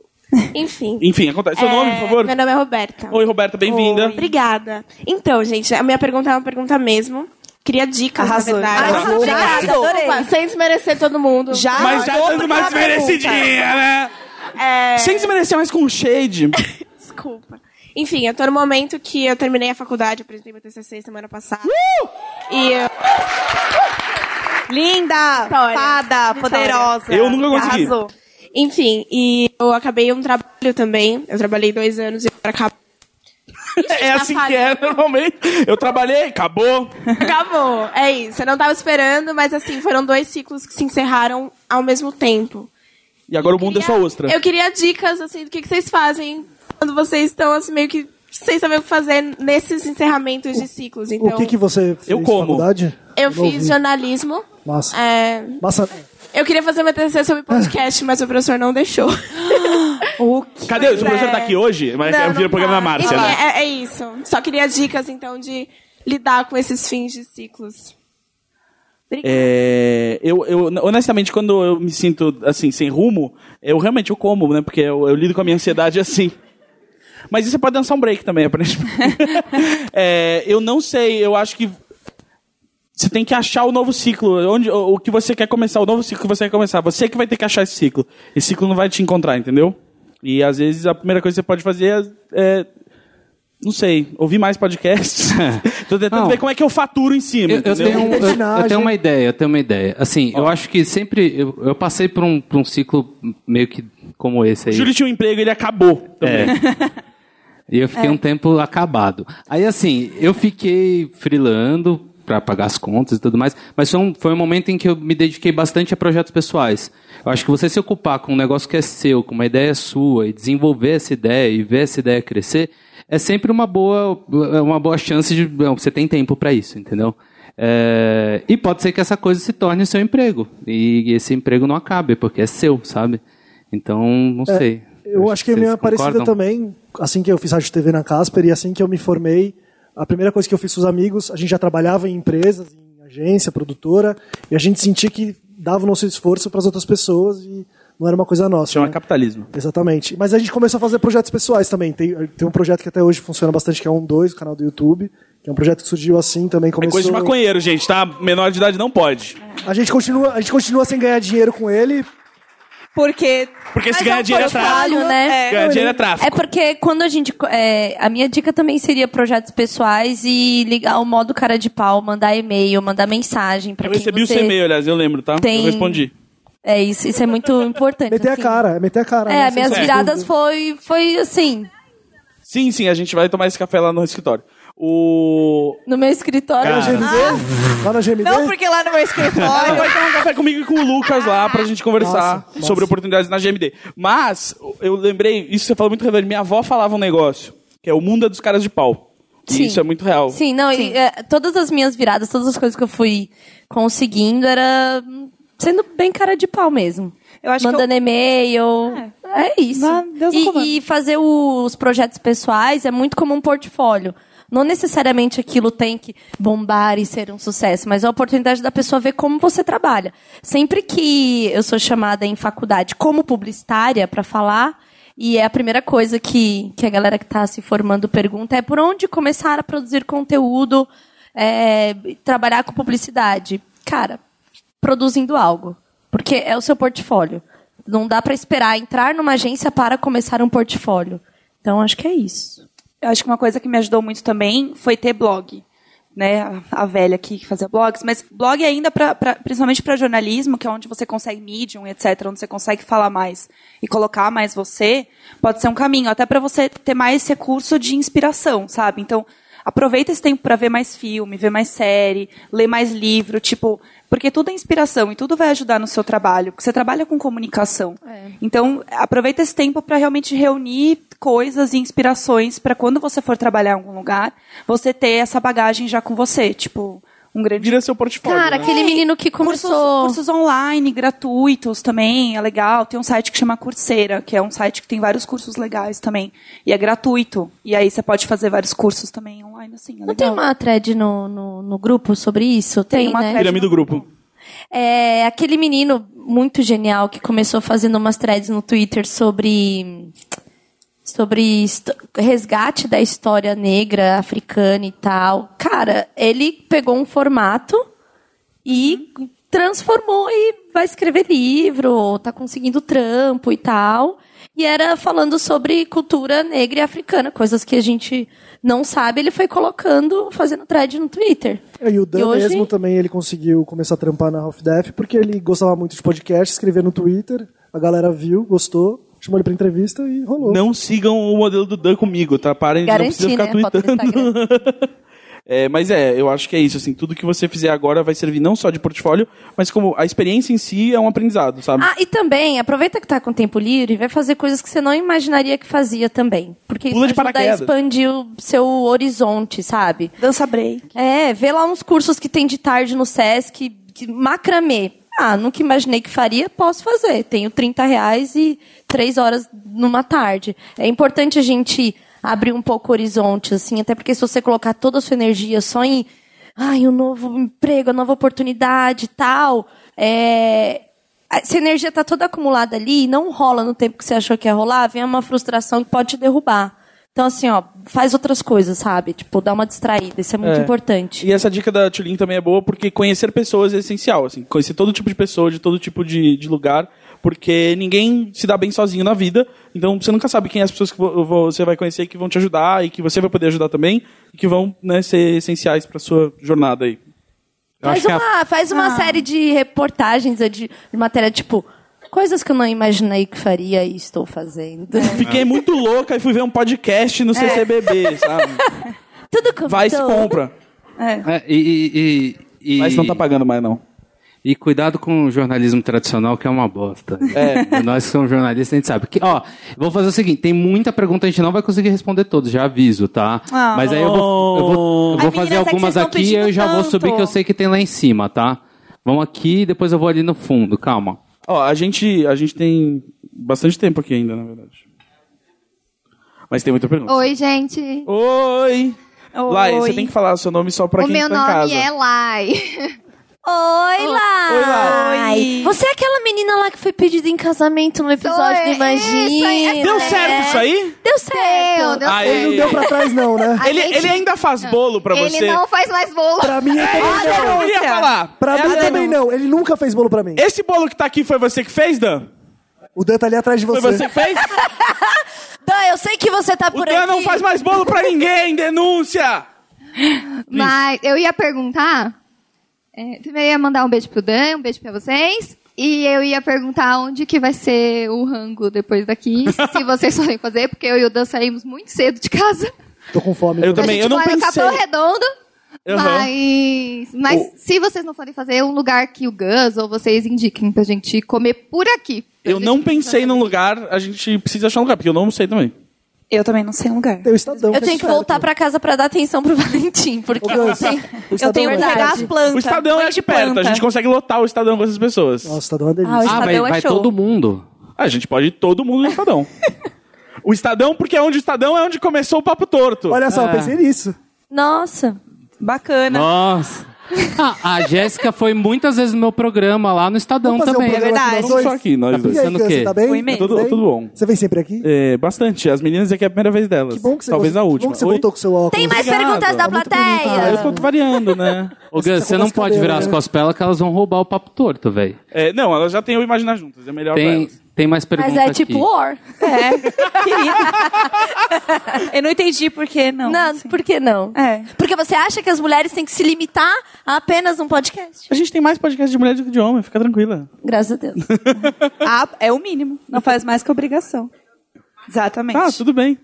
Enfim. Enfim, acontece. Seu É, nome, por favor? Meu nome é Roberta. Oi, Roberta, bem-vinda. Oi. Obrigada. Então, gente, a minha pergunta é uma pergunta mesmo. Queria dicas, Arrasou. na verdade. Arrasou. Obrigada. Arrasou. Desculpa, Sem desmerecer todo mundo. Já Mas já voltou pra dando mais aquela pergunta. merecidinha, né? É, Sem desmerecer, mas com um [laughs] shade. Desculpa. Enfim, eu tô no momento que eu terminei a faculdade, eu apresentei meu TCC semana passada. Uh! E eu... Linda, Vitória. fada, Vitória. poderosa. Eu nunca consegui. Arrasou. então, Enfim, e eu acabei um trabalho também. Eu trabalhei dois anos e agora acabou. É assim tá que é, normalmente. Eu trabalhei, acabou. [laughs] Acabou. É isso. Eu não tava esperando, mas assim, foram dois ciclos que se encerraram ao mesmo tempo. E agora o mundo é só ostra. Eu queria dicas, assim, do que, que vocês fazem quando vocês estão, assim, meio que sem saber o que fazer nesses encerramentos de ciclos. Então, o que, que você fez Eu na como. faculdade? eu Não ouvi. fiz jornalismo. Massa. É, Massa. eu queria fazer uma TCC [laughs] sobre podcast, mas o professor não deixou. [laughs] Cadê? O professor é. tá aqui hoje, mas Não, eu vi não o programa tá. da Márcia, Enfim, né? É, é isso. Só queria dicas, então, de lidar com esses fins de ciclos. É, eu, eu, honestamente, quando eu me sinto, assim, sem rumo, eu realmente eu como, né? Porque eu, eu lido com a minha ansiedade [laughs] assim. Mas isso você pode dançar um break [laughs] também, aparentemente. É, eu não sei, eu acho que você tem que achar o novo ciclo, onde, o, o que você quer começar, o novo ciclo que você quer começar. Você que vai ter que achar esse ciclo. Esse ciclo não vai te encontrar, entendeu? E às vezes a primeira coisa que você pode fazer é. é, não sei, ouvir mais [laughs] podcasts. Tô tentando Não. ver como é que eu faturo em cima. Eu, eu entendeu? tenho, um- eu- eu, Libertinagem. tenho uma ideia, eu tenho uma ideia. Assim, eu acho que sempre. Eu, eu passei por um, por um ciclo meio que como esse aí. Júlio tinha um emprego, ele acabou. É. E eu fiquei um tempo acabado. Aí, assim, eu fiquei freelando para pagar as contas e tudo mais, mas foi um, foi um momento em que eu me dediquei bastante a projetos pessoais. Eu acho que você se ocupar com um negócio que é seu, com uma ideia sua, e desenvolver essa ideia e ver essa ideia crescer, é sempre uma boa, uma boa chance de. bom, Você tem tempo para isso, entendeu? É, e pode ser que essa coisa se torne seu emprego. E esse emprego não acabe, porque é seu, sabe? Então, não É. sei. Eu acho que a vocês minha é parecida concordam. também, assim que eu fiz rádio e TV na Casper e assim que eu me formei, a primeira coisa que eu fiz com os amigos, a gente já trabalhava em empresas, em agência, produtora, e a gente sentia que dava o nosso esforço para as outras pessoas e não era uma coisa nossa. Chama né? capitalismo. Exatamente. Mas a gente começou a fazer projetos pessoais também. Tem, tem um projeto que até hoje funciona bastante, que é um 2, o canal do YouTube, que é um projeto que surgiu assim também. É Começou... coisa de maconheiro, gente, tá? Menor de idade não pode. A gente continua, a gente continua sem ganhar dinheiro com ele. Porque. Porque se Mas ganhar é um dinheiro é tráfico. portfólio, né? Ganhar dinheiro é É tráfico. porque quando a gente. co- é, a minha dica também seria projetos pessoais e ligar o modo cara de pau, mandar e-mail, mandar mensagem pra Eu quem recebi o você... seu e-mail, aliás, eu lembro, tá? tem- Eu respondi. É isso, isso é muito importante. Meter a assim. cara, é meter a cara. É, né? as minhas Sem viradas dúvida. foi, foi assim, Sim, sim, a gente vai tomar esse café lá no escritório. O. no meu escritório. Ah. Cara. GMD? Lá na GMD? Não, porque lá no meu escritório. [laughs] Ela vai tomar um café comigo e com o Lucas lá pra gente conversar Nossa, nossa. sobre oportunidades na GMD. Mas, eu lembrei, isso você falou muito relevante. Minha avó falava um negócio, que é o mundo é dos caras de pau. E Sim. isso é muito real. Sim, não, e, é, todas as minhas viradas, todas as coisas que eu fui conseguindo era hum, sendo bem cara de pau mesmo. Eu acho que Mandando eu- e-mail. É, isso. Vá- Deus no comando. e, e fazer os projetos pessoais é muito como um portfólio. Não necessariamente aquilo tem que bombar e ser um sucesso, mas é a oportunidade da pessoa ver como você trabalha. Sempre que eu sou chamada em faculdade como publicitária para falar, e é a primeira coisa que, que a galera que está se formando pergunta é por onde começar a produzir conteúdo, é, trabalhar com publicidade. Cara, produzindo algo. Porque é o seu portfólio. Não dá para esperar entrar numa agência para começar um portfólio. Então, acho que é isso. Eu acho que uma coisa que me ajudou muito também foi ter blog. Né, a- a velha aqui que fazia blogs, mas blog ainda, pra, pra- principalmente para jornalismo, que é onde você consegue medium, etc., onde você consegue falar mais e colocar mais você, pode ser um caminho, até para você ter mais recurso de inspiração, sabe? Então, aproveita esse tempo para ver mais filme, ver mais série, ler mais livro, tipo, porque tudo é inspiração e tudo vai ajudar no seu trabalho, porque você trabalha com comunicação. Então, aproveita esse tempo para realmente reunir coisas e inspirações para quando você for trabalhar em algum lugar, você ter essa bagagem já com você, tipo, um grande Vira seu portfólio. Cara, né? aquele menino que começou... Cursos online, gratuitos também, é legal. Tem um site que chama Coursera, que é um site que tem vários cursos legais também. E é gratuito. E aí você pode fazer vários cursos também online, assim. É Não tem uma thread no, no, no grupo sobre isso? Tem, É uma né? Pirâmide do grupo. É aquele menino muito genial que começou fazendo umas threads no Twitter sobre sobre hist- resgate da história negra africana e tal. Cara, ele pegou um formato e transformou e vai escrever livro, tá conseguindo trampo e tal. E era falando sobre cultura negra e africana, coisas que a gente não sabe, ele foi colocando, fazendo thread no Twitter. É, E o Dan E hoje- mesmo também, ele conseguiu começar a trampar na Half Def, porque ele gostava muito de podcast, escrevia no Twitter, a galera viu, gostou, chamou ele pra entrevista e rolou. Não sigam o modelo do Dan comigo, tá? Parem, de não Garanti, precisa ficar né, a foto do tweetando. É, mas é, eu acho que é isso, assim, tudo que você fizer agora vai servir não só de portfólio, mas como a experiência em si é um aprendizado, sabe? Ah, e também, aproveita que tá com tempo livre, vai fazer coisas que você não imaginaria que fazia também. Porque Pula de isso ajuda a paraquedas. expandir o seu horizonte, sabe? Dança break. É, vê lá uns cursos que tem de tarde no Sesc, que, macramê. Ah, nunca imaginei que faria, posso fazer. Tenho 30 reais e três horas numa tarde. É importante a gente abrir um pouco o horizonte, assim, até porque se você colocar toda a sua energia só em ai, um novo emprego, a nova oportunidade e tal, é, essa energia tá toda acumulada ali e não rola no tempo que você achou que ia rolar, vem uma frustração que pode te derrubar. Então, assim, ó, faz outras coisas, sabe? Tipo, dá uma distraída, isso é muito É. importante. E essa dica da Tulin também é boa, porque conhecer pessoas é essencial, assim, conhecer todo tipo de pessoa, de todo tipo de, de lugar, porque ninguém se dá bem sozinho na vida, então você nunca sabe quem é as pessoas que vo- vo- você vai conhecer que vão te ajudar e que você vai poder ajudar também, e que vão né, ser essenciais pra sua jornada aí. Faz é uma, faz uma série de reportagens, de, de matéria, tipo, coisas que eu não imaginei que faria e estou fazendo. [laughs] Fiquei muito louca e fui ver um podcast no CCBB, sabe? É. [laughs] Tudo começou. Vai e se compra. É, e, e, Mas não tá pagando mais, não. E cuidado com o jornalismo tradicional, que é uma bosta. [laughs] É. Nós que somos jornalistas, a gente sabe. Que, ó, vou fazer o seguinte: tem muita pergunta, a gente não vai conseguir responder todas, já aviso, tá? Ah. Mas aí eu vou, eu vou, eu Ai, vou meninas, fazer é que vocês algumas tão aqui e pedindo eu já vou tanto. subir, que eu sei que tem lá em cima, tá? Vamos aqui e depois eu vou ali no fundo, calma. Ó, a gente, a gente tem bastante tempo aqui ainda, na verdade. Mas tem muita pergunta. Oi, gente. Oi! Lai, você tem que falar o seu nome só pra o quem meu tá nome em casa. é Lai. [laughs] Oi, Oi, Lai. Lai! Você é aquela menina lá que foi pedida em casamento no episódio Sou do eu, isso Imagina. aí. Deu É. certo isso aí? Deu certo. Deu, deu Aí. certo. Ele não deu pra trás não, né? A Ele, gente- ele ainda faz bolo pra Ele você? é não faz mais bolo. Pra mim, eu [laughs] Isso também que eu não. queria falar. Pra É a mim Dan. também não, ele nunca fez bolo pra mim. Esse bolo que tá aqui foi você que fez, Dan? O Dan tá ali atrás de Foi você. você que fez? [laughs] Dan, eu sei que você tá o por Dan aqui. não faz mais bolo pra ninguém, [laughs] denúncia! Mas eu ia perguntar. é, primeiro eu ia mandar um beijo pro Dan, um beijo pra vocês. E eu ia perguntar onde que vai ser o rango [laughs] depois daqui, se vocês forem fazer, porque eu e o Dan saímos muito cedo de casa. Tô com fome. Eu também. também, a gente eu não mora no pensei. Capão Redondo. Aham. Mas, mas O- se vocês não forem fazer, é um lugar que o Gus ou vocês indiquem pra gente comer por aqui. Pra Eu gente não começar. pensei num lugar, a gente precisa achar um lugar, porque eu não sei também. Eu também não sei um lugar. Tem o Estadão. Eu tenho que voltar pra casa pra dar atenção pro [laughs] Valentim, porque assim, Ô, eu não Gans, sei. o Eu Estadão tenho que é pegar verdade. as plantas. O Estadão é aqui perto, a gente consegue lotar o Estadão com essas pessoas. Nossa, o Estadão é delícia. Ah, o Estadão vai, é vai show. todo mundo. A gente pode ir todo mundo no Estadão. o Estadão, porque é onde o Estadão é onde começou o papo torto. Olha É. só, eu pensei nisso. É. Nossa, bacana. Nossa. Ah, a Jéssica foi muitas vezes no meu programa lá no Estadão Vamos fazer um também. programa É verdade. com nós Só dois? aqui, nós Tá dois. pensando Pensando o quê? Tá bem? Tá tudo, tudo bom. Você vem sempre aqui? É, bastante. As meninas aqui é a primeira vez delas. Que bom que você Talvez gostou- a que última. bom que você Oi? voltou com seu óculos. Tem mais Obrigado. perguntas da Ah, eu plateia? tô variando, né? Ô, Gus, você não pode virar as né? costas pra ela que elas vão roubar o papo torto, velho. É, não, elas já têm o Imaginar Juntas. É melhor pra Tem, elas. tem mais perguntas Mas é tipo aqui. war. [laughs] É, querida. Eu não entendi por que não. Não, por que não? Porque você acha que as mulheres têm que se limitar a apenas um podcast? A gente tem mais podcast de mulher do que de homem, fica tranquila. Graças a Deus. Ah, é o mínimo. Não faz mais que obrigação. Exatamente. Tá, tudo bem.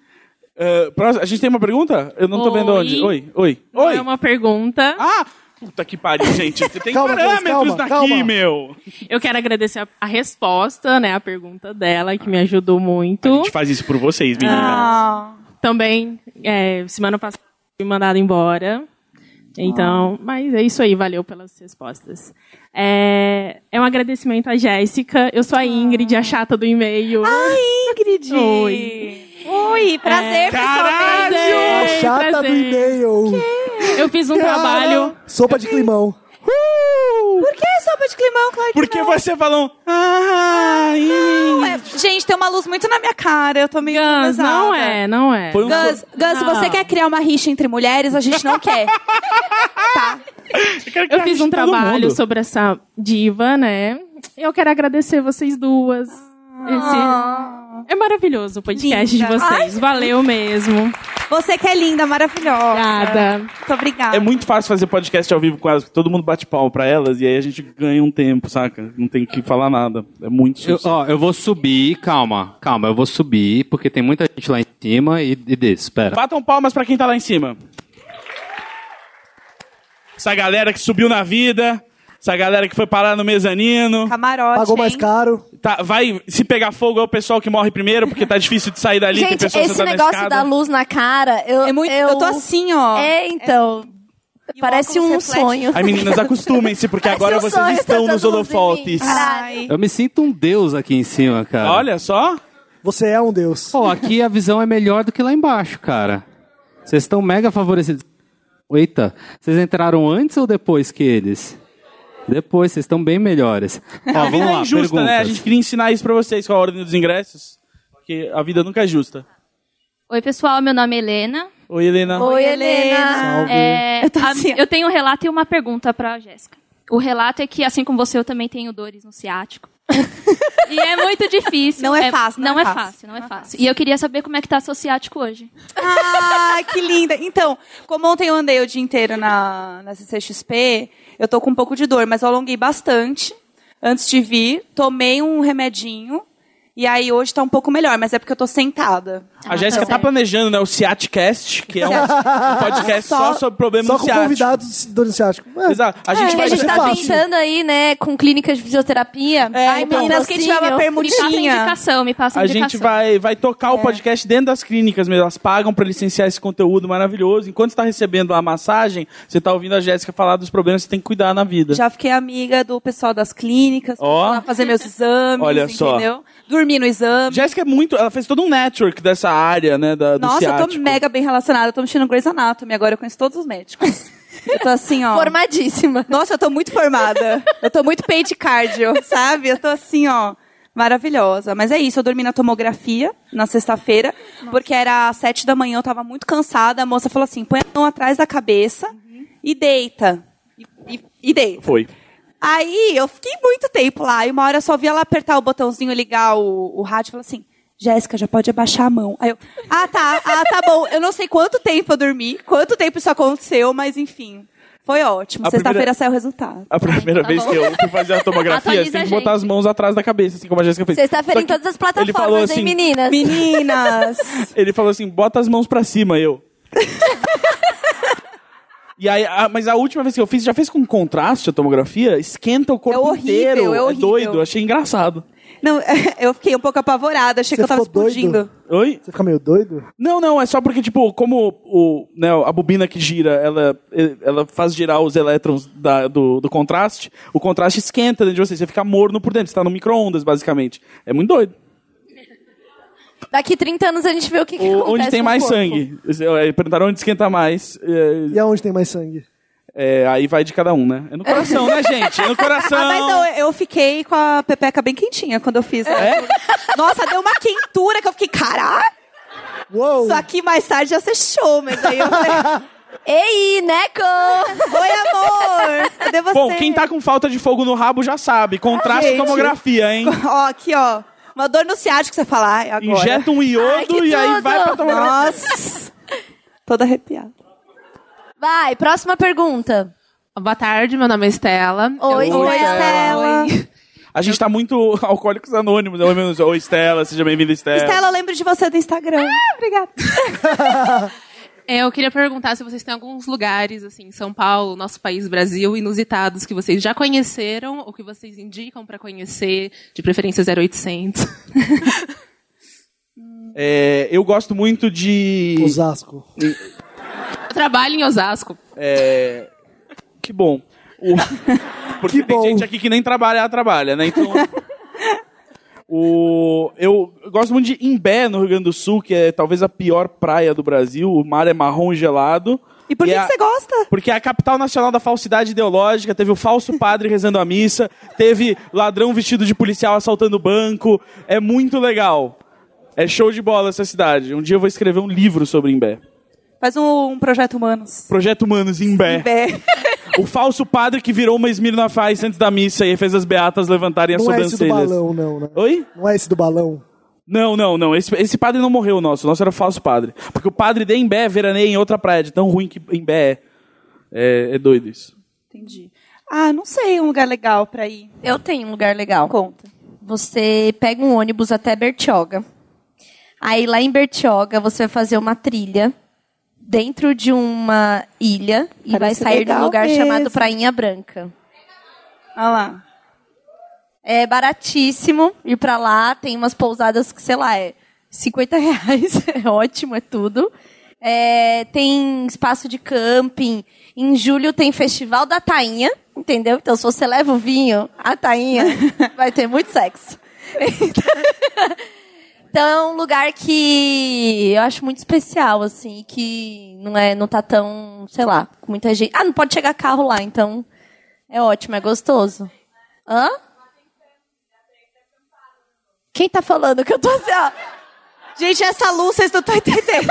É, próximo- a gente tem uma pergunta? Eu não tô vendo Oi. onde. Oi, oi. Não É uma pergunta. Ah! Puta que pariu, gente. Você tem Calma, Cris, parâmetros calma, daqui, calma. meu. Eu quero agradecer a, a resposta, né? A pergunta dela, que me ajudou muito. A gente faz isso por vocês, meninas. Ah. Também, é, semana passada, fui mandada embora. Ah. Então, mas é isso aí, valeu pelas respostas. É, é um agradecimento à Jéssica. Eu sou a Ingrid, a chata do e-mail. Ai, Ah. Ingrid! Oi! [laughs] É. Oi, É, prazer, tá. pessoal. A chata do e-mail. Eu fiz um Cara, trabalho. Sopa de climão. Por que sopa de climão, Claudio? Porque você falou. Não, é- gente, tem uma luz muito na minha cara. Eu tô meio. Gus, não é, não é. Foi um Gus, so- Gus, se Não. você quer criar uma rixa entre mulheres? A [laughs] gente não quer. Eu fiz um de todo trabalho mundo. sobre essa diva, né? Eu quero agradecer vocês duas. Ah. Esse- É maravilhoso o podcast Linda. de vocês. Ai. Valeu mesmo. Você que é linda, maravilhosa. Obrigada. Muito obrigada. É muito fácil fazer podcast ao vivo com elas, porque todo mundo bate pau pra elas e aí a gente ganha um tempo, saca? Não tem que falar nada. É muito Eu, sucesso. ó, eu vou subir, calma, calma, eu vou subir, porque tem muita gente lá em cima e, e desse, pera. Batam palmas pra quem tá lá em cima. Essa galera que subiu na vida, essa galera que foi parar no mezanino. Camarote. Pagou mais caro. Tá, vai, se pegar fogo é o pessoal que morre primeiro, porque tá difícil de sair dali, tem Gente, pessoa esse sentada na negócio escada. da luz na cara, eu. É muito, eu, tô assim, ó. É, então. É. parece um sonho. Aí, meninas, acostumem-se, [laughs] porque Parece agora um vocês sonho estão tentando nos luz em mim. holofotes. Caralho. Eu me sinto um deus aqui em cima, cara. Olha só. Você é um deus. Pô, aqui a visão é melhor do que lá embaixo, cara. Vocês estão mega favorecidos. Eita, vocês entraram antes ou depois que eles? Depois, vocês estão bem melhores. a Ó, vida vamos é lá, injusta, perguntas. né? A gente queria ensinar isso pra vocês com a ordem dos ingressos, porque a vida nunca é justa. [laughs] Oi, pessoal, meu nome é Helena. Oi, Helena. Salve. É, a- assim, eu tenho um relato e uma pergunta pra Jéssica. O relato é que, assim como você, eu também tenho dores no ciático. e é muito difícil. Não é fácil, não é é fácil. fácil, não é fácil. E eu queria saber como é que tá seu ciático hoje. Ah, que linda. Então, como ontem eu andei o dia inteiro na, na CCXP, eu tô com um pouco de dor, mas eu alonguei bastante antes de vir. Tomei um remedinho. E aí hoje tá um pouco melhor, mas é porque eu tô sentada. Ah, A Jéssica então tá planejando, né, o Ciatcast, que é um um [laughs] podcast só, Só- sobre problemas Só com ciáticos. convidados do ciático. É. Exato. A gente Porque vai a gente tá tentando aí, né, com clínicas de fisioterapia. Ai, meninas, quem tiver uma permutinha. me passa tá- A gente vai, vai tocar o podcast dentro das clínicas mesmo. Elas pagam pra licenciar esse conteúdo maravilhoso. Enquanto você tá recebendo a massagem, você tá ouvindo a Jéssica falar dos problemas que você tem que cuidar na vida. Já fiquei amiga do pessoal das clínicas, pra Ó. lá fazer [laughs] meus exames, Olha só. entendeu? Dormi no exame. Jéssica é muito. Ela fez todo um network dessa área, né? Da, do Nossa, eu tô ciático. mega bem relacionada. Eu tô mexendo no Grey's Anatomy agora, eu conheço todos os médicos. Eu tô assim, ó. Formadíssima. Nossa, eu tô muito formada. Eu tô muito pay de cardio, sabe? Eu tô assim, ó. Maravilhosa. Mas é isso, eu dormi na tomografia na sexta-feira, porque era às sete da manhã, eu tava muito cansada. A moça falou assim: põe a mão atrás da cabeça e deita. E, e, e deita. Foi. Aí eu fiquei muito tempo lá, e uma hora eu só vi ela apertar o botãozinho, ligar o, o rádio e falar assim: Jéssica, já pode abaixar a mão. Aí eu, ah tá, ah tá bom. Eu não sei quanto tempo eu dormi, quanto tempo isso aconteceu, mas enfim. Foi ótimo. A Sexta-feira primeira- saiu o resultado. A primeira vez que eu fui fazer a tomografia, Atualiza você tem que a botar gente. as mãos atrás da cabeça, assim como a Jéssica fez. Sexta-feira Só em que todas as ele falou plataformas, assim, hein, meninas? Meninas! [laughs] Ele falou assim: bota as mãos pra cima, eu. E aí, a- mas a última vez que eu fiz, já fez com contraste a tomografia? Esquenta o corpo É horrível, inteiro. é horrível. doido, achei engraçado. Não, [laughs] eu fiquei um pouco apavorada, achei que eu tava explodindo. Oi? Você fica meio doido? Não, não, é só porque, tipo, como o, né, a bobina que gira, ela, ela faz girar os elétrons da- do, do contraste, o contraste esquenta dentro de você, você fica morno por dentro, você tá no micro-ondas, basicamente. É muito doido. [laughs] Daqui 30 anos a gente vê o que, que acontece. Onde tem no mais corpo. sangue? É, Perguntaram onde esquenta mais. é, E aonde tem mais sangue? aí vai de cada um, né? É no coração, né, gente? É no coração. Ah, mas não, eu fiquei com a pepeca bem quentinha quando eu fiz. né? É? Nossa, deu uma quentura que eu fiquei, caralho! Só que mais tarde já sechou, mas aí eu falei... Ei, Neco! Oi, amor! Cadê você? Bom, quem tá com falta de fogo no rabo já sabe. Contraste e Gente. tomografia, hein? Ó, aqui, ó. Uma dor no ciático que você falar agora. Injeta um iodo Ai, que e aí tudo! vai pra tomografia. Nossa! Toda arrepiada. Vai, próxima pergunta. Boa tarde, meu nome é Estela. um Oi, Estela. A gente tá muito [laughs] alcoólicos anônimos. né? Ou menos, Oi, Estela, seja bem-vinda, Estela. Estela, eu lembro de você do Instagram. Ah, obrigada. É, eu queria perguntar se vocês têm alguns lugares, assim, em São Paulo, nosso país, Brasil, inusitados, que vocês já conheceram ou que vocês indicam pra conhecer, de preferência 0800. É, eu gosto muito de. Osasco. Eu trabalho em Osasco. É, que bom. [laughs] O- Porque tem gente aqui que nem trabalhar trabalha, né? Então. o... Eu gosto muito de Imbé, no Rio Grande do Sul, que é talvez a pior praia do Brasil. O mar é marrom e gelado. E por que é que você a- gosta? Porque é a capital nacional da falsidade ideológica. Teve o falso padre rezando a missa. Teve ladrão vestido de policial assaltando banco. É muito legal. É show de bola essa cidade. Um dia eu vou escrever um livro sobre Imbé. Faz um, um projeto humanos. É. Projeto Humanos, Imbé. Imbé. O falso padre que virou uma Esmirna Faz antes da missa e fez as beatas levantarem Não as é esse do sobrancelhas. balão, não, né? Oi? Não é esse do balão. não, não, não. Esse, esse padre não morreu, o nosso. O nosso era falso padre. Porque o padre de Imbé veraneia em outra praia, de tão ruim que Imbé é. É, é doido isso. Entendi. Ah, não sei um lugar legal pra ir. Eu tenho um lugar legal. Conta. Você pega um ônibus até Bertioga. Aí lá em Bertioga você vai fazer uma trilha dentro de uma ilha e vai Parece sair de um legal lugar mesmo. chamado Prainha Branca. Olha lá. É baratíssimo ir pra lá, tem umas pousadas que, sei lá, é 50 [laughs] reais, é ótimo, é tudo. É, tem espaço de camping. Em julho tem Festival da Tainha, entendeu? Então, se você leva o vinho, a Tainha vai ter muito sexo. Então é um lugar que eu acho muito especial, assim, que não é, não tá tão, sei lá, com muita gente. Ah, não pode chegar carro lá, então é ótimo, é gostoso. Hã? Quem tá falando que eu tô assim, ó? Gente, essa luz vocês não estão entendendo.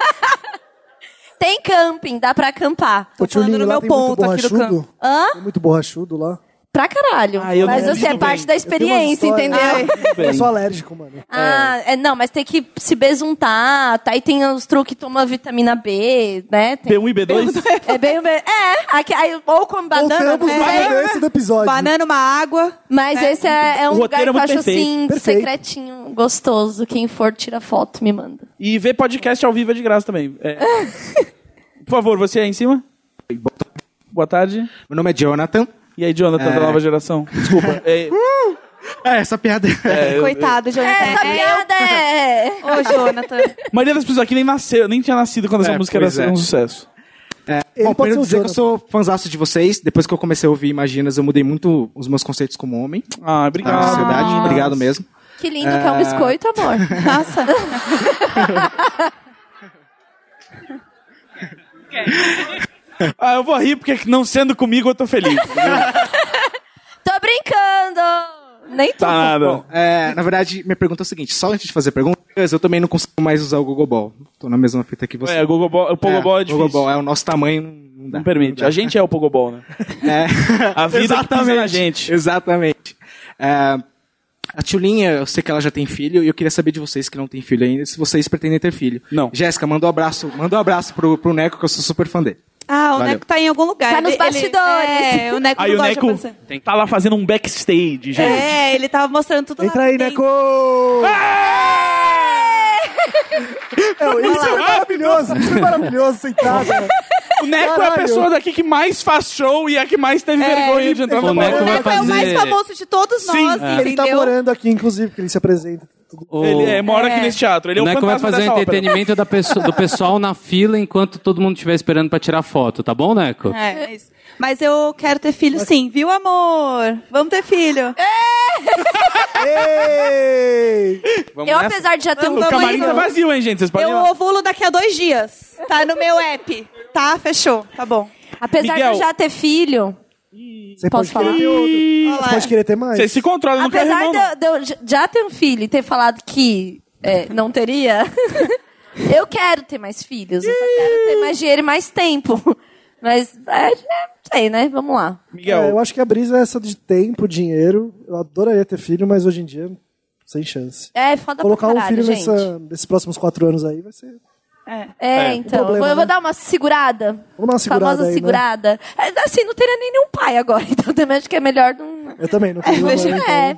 [laughs] Tem camping, dá pra acampar. Ô, Tchulinho, lá tem muito borrachudo? Hã? Tem muito borrachudo lá? Pra caralho. Ah, eu não Ah. mas você duvido é parte bem. da Eu tenho umas experiência, histórias. Ah, entendeu? Eu sou alérgico, mano. Ah, é, não, mas tem que se besuntar, tá? Aí tem os truques, toma vitamina B, né? Tem... B1 e B2? É bem o B. É, aqui, aí, ou come banana. Voltamos não para sei. o começo do episódio. Banana, uma água. Mas né? esse é, é um O lugar que roteiro eu é acho muito perfeito. assim, Perfeito. secretinho, gostoso. Quem for, tira foto, me manda. E ver podcast ao vivo é de graça também. [laughs] É. Por favor, você aí em cima? Boa tarde. Meu nome é Jonathan. E aí, Jonathan, da nova geração? Desculpa. É, [laughs] É, essa piada. é, eu- Coitado, Jonathan. Essa piada é. Ô, Jonathan. A maioria das pessoas aqui nem nasceu, nem tinha nascido quando essa É, música era pois é. um sucesso. É, Ele bom, pode primeiro ser o dizer que eu Jonathan. sou fanzaço de vocês. Depois que eu comecei a ouvir Imaginas, eu mudei muito os meus conceitos como homem. Ah, obrigado. Da sociedade, obrigado mesmo. Que lindo que é um É. [laughs] biscoito, amor. Nossa. Ah, eu vou rir porque não sendo comigo eu tô [laughs] feliz. [laughs] Tô brincando! Nem Tá nada. Bom, é, na verdade, minha pergunta é o seguinte: só antes de fazer perguntas, eu também não consigo mais usar o Gogobol. Tô na mesma fita que você. É, o Gogobol- o Pogobol é difícil. Gogobol é o nosso tamanho, não- não dá. Não permite. A gente é o Pogobol, né? É. A vida que pisa na gente. Exatamente. É, a Tchulinha, eu sei que ela já tem filho, e eu queria saber de vocês que não têm filho ainda, se vocês pretendem ter filho. Não. Jéssica, manda um abraço, manda um abraço pro, pro Neco, que eu sou super fã dele. Ah, o Valeu. Neco tá em algum lugar. Tá nos bastidores. é, o Neco Aí não o gosta Neco de aparecer. tá lá fazendo um backstage, [laughs] gente. É, ele tava mostrando tudo Entra aí, Neco! [laughs] É, isso é maravilhoso, isso é maravilhoso, sentado. né? O Neco é a Caralho. pessoa daqui que mais faz show e a que mais teve vergonha de entrar O na Neco bola. vai fazer... de todos Sim. É. nós, Ele tá entendeu? morando aqui, inclusive, porque ele se apresenta. O- Ele é, mora aqui É. nesse teatro. Ele é o Não é que vai fantasma fazer dessa o ópera. entretenimento da pesso- do pessoal na fila enquanto todo mundo estiver esperando pra tirar foto, tá bom, Neco? É, é isso. Mas eu quero ter filho sim, viu, amor? Vamos ter filho. Vamos Eu, nessa? apesar de já ter um O camarim tamanho- tá vazio, hein, gente? Vocês podem ir Eu lá. ovulo daqui a dois dias. Tá no meu app. Tá? Fechou. Tá bom. Apesar de eu já ter filho. Você posso pode falar? querer ter outro. Você pode querer ter mais. Vocês se controlam, não quero Apesar irmão, de não. eu, de eu j- já ter um filho e ter falado que é, não teria, [laughs] eu quero ter mais filhos. Eu só quero ter mais dinheiro e mais tempo. Mas, é, é, sei, né? Vamos lá. É, eu acho que a brisa é essa de tempo, dinheiro. Eu adoraria ter filho, mas hoje em dia, sem chance. É, foda Colocar pra um caralho, filho gente. nessa- nesses próximos quatro anos aí vai ser. É, É. então. Um problema, eu vou- eu né? vou dar uma segurada. Vamos dar uma segurada Famosa aí, né? segurada. É, assim, não teria nem nenhum pai agora, [laughs] então também acho que é melhor não. Eu também, não É, [laughs] tenho mas- uma mãe, é.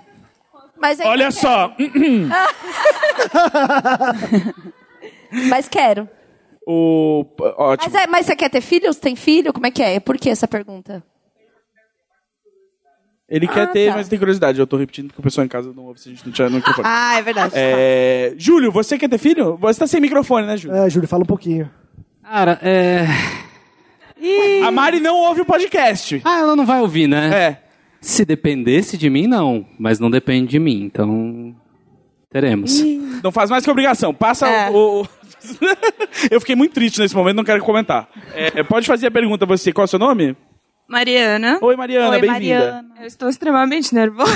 Mas ainda Olha quero. só. mas quero. O... Ótimo. Mas, é- mas você quer ter filho? Você tem filho? Como é que é? Por que essa pergunta? Ele quer Ah, ter, tá. mas tem curiosidade. Eu tô repetindo porque o pessoal em casa não ouve se a gente não tiver no microfone. Ah, é verdade. É, Júlio, você quer ter filho? Você tá sem microfone, né, Júlio? É, Júlio, fala um pouquinho. Cara, é... A Mari não ouve o podcast. Ah, ela não vai ouvir, né? É. Se dependesse de mim, não. Mas não depende de mim, então... Teremos. Não faz mais que obrigação. Passa É. o... [laughs] o- Eu fiquei muito triste nesse momento, não quero comentar. É, pode fazer a pergunta, você. Qual é o seu nome? Mariana. Oi, Mariana, Oi, bem-vinda. Mariana. Eu estou extremamente nervosa.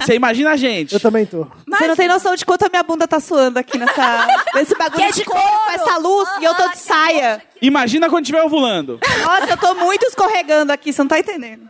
Você imagina a gente. Eu também tô. Você não tem noção de quanto a minha bunda tá suando aqui [laughs] nessa, nesse bagulho Que é de de couro, Ah, com essa luz, e eu tô de saia. Imagina quando estiver [laughs] ovulando. Nossa, eu tô muito escorregando aqui, você não tá entendendo.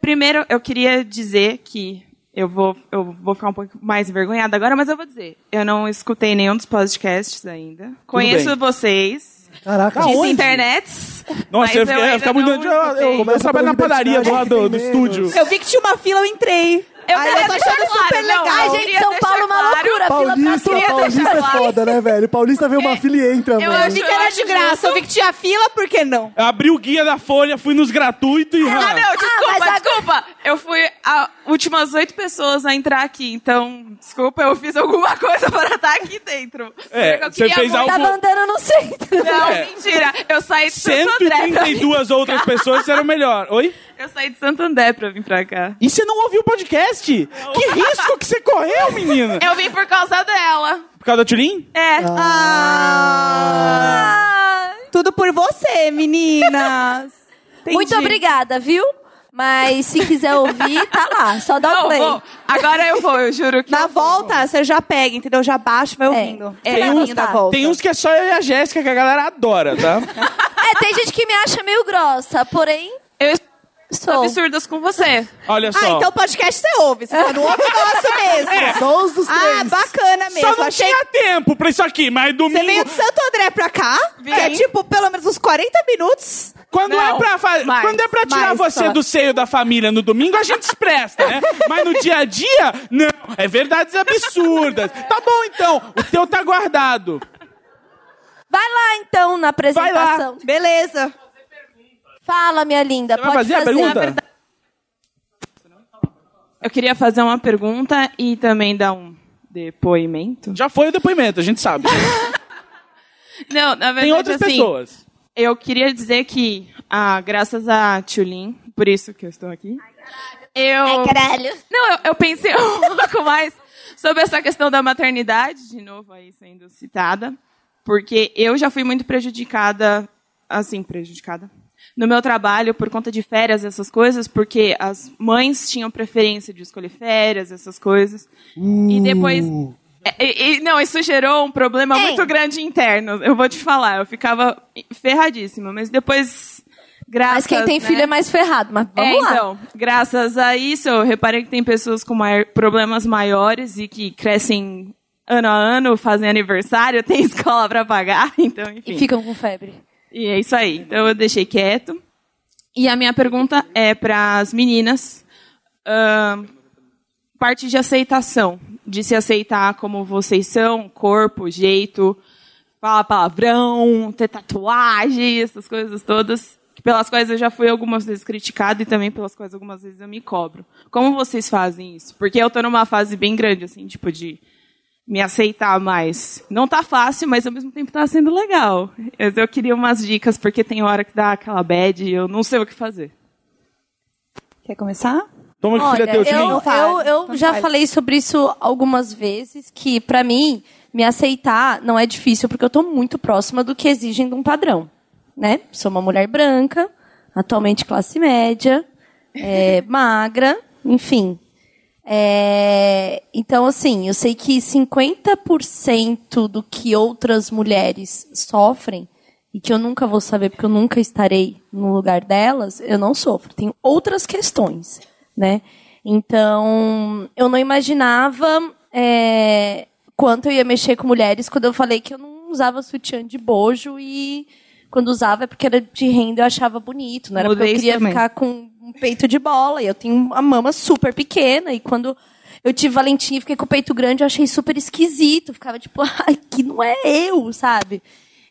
Primeiro, eu queria dizer que eu vou, eu vou ficar um pouco mais envergonhada agora, mas eu vou dizer. Eu não escutei nenhum dos podcasts ainda. Conheço bem. vocês. Caraca, de aonde? internets. mas Nossa, eu, fiquei- eu, ainda ficar muito... não Eu, eu, eu, escutei. trabalho na padaria lá do, do estúdio. Eu vi que tinha uma fila, eu entrei. Eu Aí quero eu tô deixar achando claro, super não, legal. eu queria deixar claro. Paulista, Paulista é foda, né, velho? Paulista vê uma filha e entra, Eu mano. achei que era de graça, eu vi que tinha fila, por que não? Eu abri o guia da Folha, fui nos gratuitos e... Ah, não, desculpa, desculpa. Eu fui a últimas oito pessoas a entrar aqui, então, desculpa, eu fiz alguma [laughs] coisa para estar aqui dentro. É, Porque eu você queria fez muito- algo- Tava andando no centro. Não, É. mentira. Eu saí de Santo André. pra vir- 132 outras pessoas serão melhor. Oi? Eu saí de Santo André pra vir pra cá. E você não ouviu o podcast? Que risco que você correu, menina? Eu vim por causa dela. Por causa da Tulin? É. Tudo por você, [laughs] meninas. Muito obrigada, viu? Mas se quiser ouvir, tá lá. Só dá o play. Agora eu vou, eu juro que. Na volta, você já pega, entendeu? Já baixa e vai ouvindo. É, tem, uns, tem uns que é só eu e a Jéssica, que a galera [laughs] adora, tá? É, tem gente que me acha meio grossa, porém. Eu sou. Absurdas com você. Olha Ah, só. então o podcast você ouve. Você tá só não ouve o nosso mesmo. É. Só os dos Ah, bacana mesmo. Só não Achei tinha tempo pra isso aqui, mas domingo... Você veio de Santo André pra cá, que é tipo pelo menos uns 40 minutos. Quando, é pra fa- Quando é pra tirar mais você só. do seio da família no domingo, a gente se presta, né? Mas no dia a dia, não. É verdades absurdas. Tá bom, então. O teu tá guardado. Vai lá então na apresentação. Beleza. Fala, minha linda. Você vai pode fazer a pergunta? Na verdade- Eu queria fazer uma pergunta e também dar um depoimento. Já foi o depoimento, a gente [laughs] sabe. Não, na verdade, Tem outras assim, pessoas. Eu queria dizer que, ah, graças a Tulin, por isso que eu estou aqui. Eu. Ai, caralho. Não, eu, eu [laughs] pensei um pouco mais sobre essa questão da maternidade, de novo aí sendo citada, porque eu já fui muito prejudicada, assim, prejudicada, no meu trabalho por conta de férias, essas coisas, porque as mães tinham preferência de escolher férias, essas coisas. Uh, E depois. É, E, e, não, isso gerou um É. problema muito grande interno. Eu vou te falar, eu ficava ferradíssima, mas depois. Graças, Mas quem tem né? filho é mais ferrado, mas vamos é, lá. então, graças a isso, eu reparei que tem pessoas com mai- problemas maiores e que crescem ano a ano, fazem aniversário, [laughs] tem escola pra pagar, então, enfim. E ficam com febre. E é isso aí. Então eu deixei quieto. E a minha pergunta é para as meninas. ahn, parte de aceitação, de se aceitar como vocês são, corpo, jeito, falar palavrão, ter tatuagem, essas coisas todas. que Pelas quais eu já fui algumas vezes criticado e também pelas quais algumas vezes eu me cobro. Como vocês fazem isso? Porque eu tô numa fase bem grande, assim, tipo, de me aceitar mais. Não tá fácil, mas ao mesmo tempo tá sendo legal. Mas eu queria umas dicas, porque tem hora que dá aquela bad e eu não sei o que fazer. Quer Tá? começar? Toma que filha teu, eu, Julinho. eu, eu Então já fale. falei sobre isso algumas vezes, que pra mim, me aceitar não é difícil, porque eu tô muito próxima do que exigem de um padrão, né? Sou uma mulher branca, atualmente classe média, é, magra, enfim. É, então, assim, eu sei que 50% do que outras mulheres sofrem, e que eu nunca vou saber, porque eu nunca estarei no lugar delas, eu não sofro. Tenho outras questões, né? Então, eu não imaginava é, quanto eu ia mexer com mulheres quando eu falei que eu não usava sutiã de bojo e quando usava é porque era de renda e eu achava bonito, não era Mudei porque eu isso queria também. ficar com um peito de bola. E eu tenho uma mama super pequena. E quando eu tive Valentim e fiquei com o peito grande, eu achei super esquisito. Ficava tipo, [laughs] ai, que não é eu, sabe?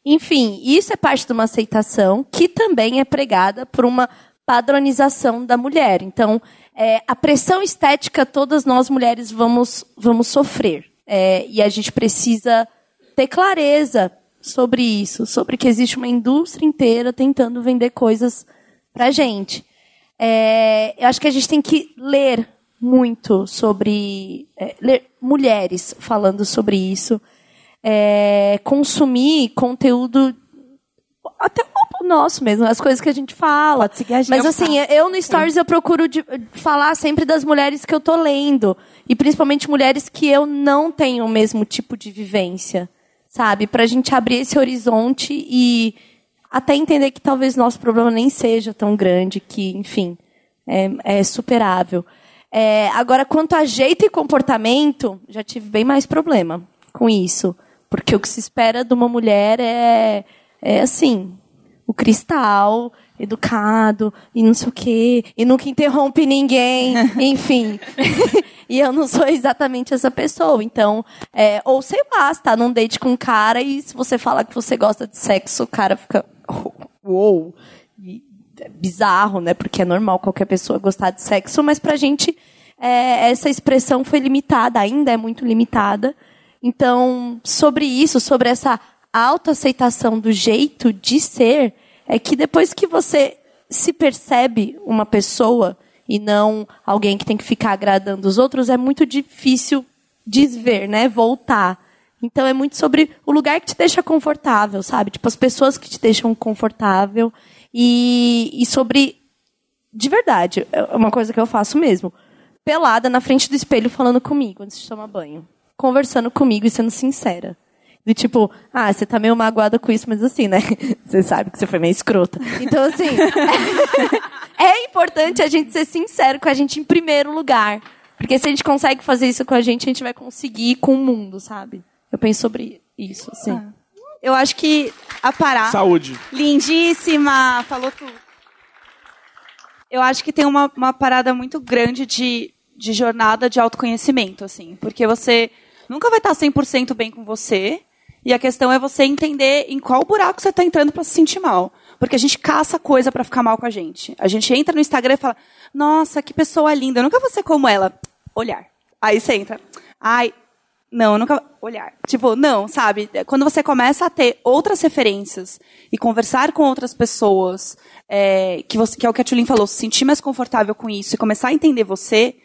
Enfim, isso é parte de uma aceitação que também é pregada por uma padronização da mulher. Então, é, a pressão estética todas nós mulheres vamos, vamos sofrer. É, e a gente precisa ter clareza sobre isso, sobre que existe uma indústria inteira tentando vender coisas pra gente. É, eu acho que a gente tem que ler muito sobre é, ler mulheres falando sobre isso, É, consumir conteúdo até o nosso mesmo, as coisas que a gente fala. Mas eu assim, eu no Stories eu procuro de- eh, falar sempre das mulheres que eu tô lendo. E principalmente mulheres que eu não tenho o mesmo tipo de vivência. Sabe? Pra gente abrir esse horizonte e até entender que talvez nosso problema nem seja tão grande, que, enfim, é, é superável. É, agora, quanto a jeito e comportamento, já tive bem mais problema com isso. Porque o que se espera de uma mulher é, é assim, o cristal, educado, e não sei o quê, e nunca interrompe ninguém, enfim. [laughs] e eu não sou exatamente essa pessoa. Então, é, ou sei lá, você tá num date com um cara e se você falar que você gosta de sexo, o cara fica. Uou! E é bizarro, né? Porque é normal qualquer pessoa gostar de sexo, mas pra gente é, essa expressão foi limitada, ainda é muito limitada. Então, sobre isso, sobre essa autoaceitação do jeito de ser, é que depois que você se percebe uma pessoa e não alguém que tem que ficar agradando os outros, é muito difícil desver, né? Voltar. Então é muito sobre o lugar que te deixa confortável, sabe? Tipo, as pessoas que te deixam confortável. E, e sobre. De verdade, é uma coisa que eu faço mesmo. Pelada na frente do espelho falando comigo antes de tomar banho. Conversando comigo e sendo sincera. Do tipo, ah, você tá meio magoada com isso, mas assim, né? [laughs] Você sabe que você é foi meio escrota. Então, assim. [laughs] é importante a gente ser sincero com a gente em primeiro lugar. Porque se a gente consegue fazer isso com a gente, a gente vai conseguir com o mundo, sabe? Eu penso sobre isso, assim. Eu acho que a Pará. Saúde. Lindíssima, falou tudo. eu acho que tem uma, uma parada muito grande de, de jornada de autoconhecimento, assim. Porque você nunca vai estar 100% bem com você. E a questão é você entender em qual buraco você está entrando para se sentir mal. Porque a gente caça coisa para ficar mal com a gente. A gente entra no Instagram e fala: Nossa, que pessoa linda, eu nunca vou ser como ela. Olhar. Aí você entra. Ai, não, eu nunca. Olhar. Tipo, não, sabe? Quando você começa a ter outras referências e conversar com outras pessoas, é, que, você- que é o que a Tulin falou, se sentir mais confortável com isso e começar a entender você,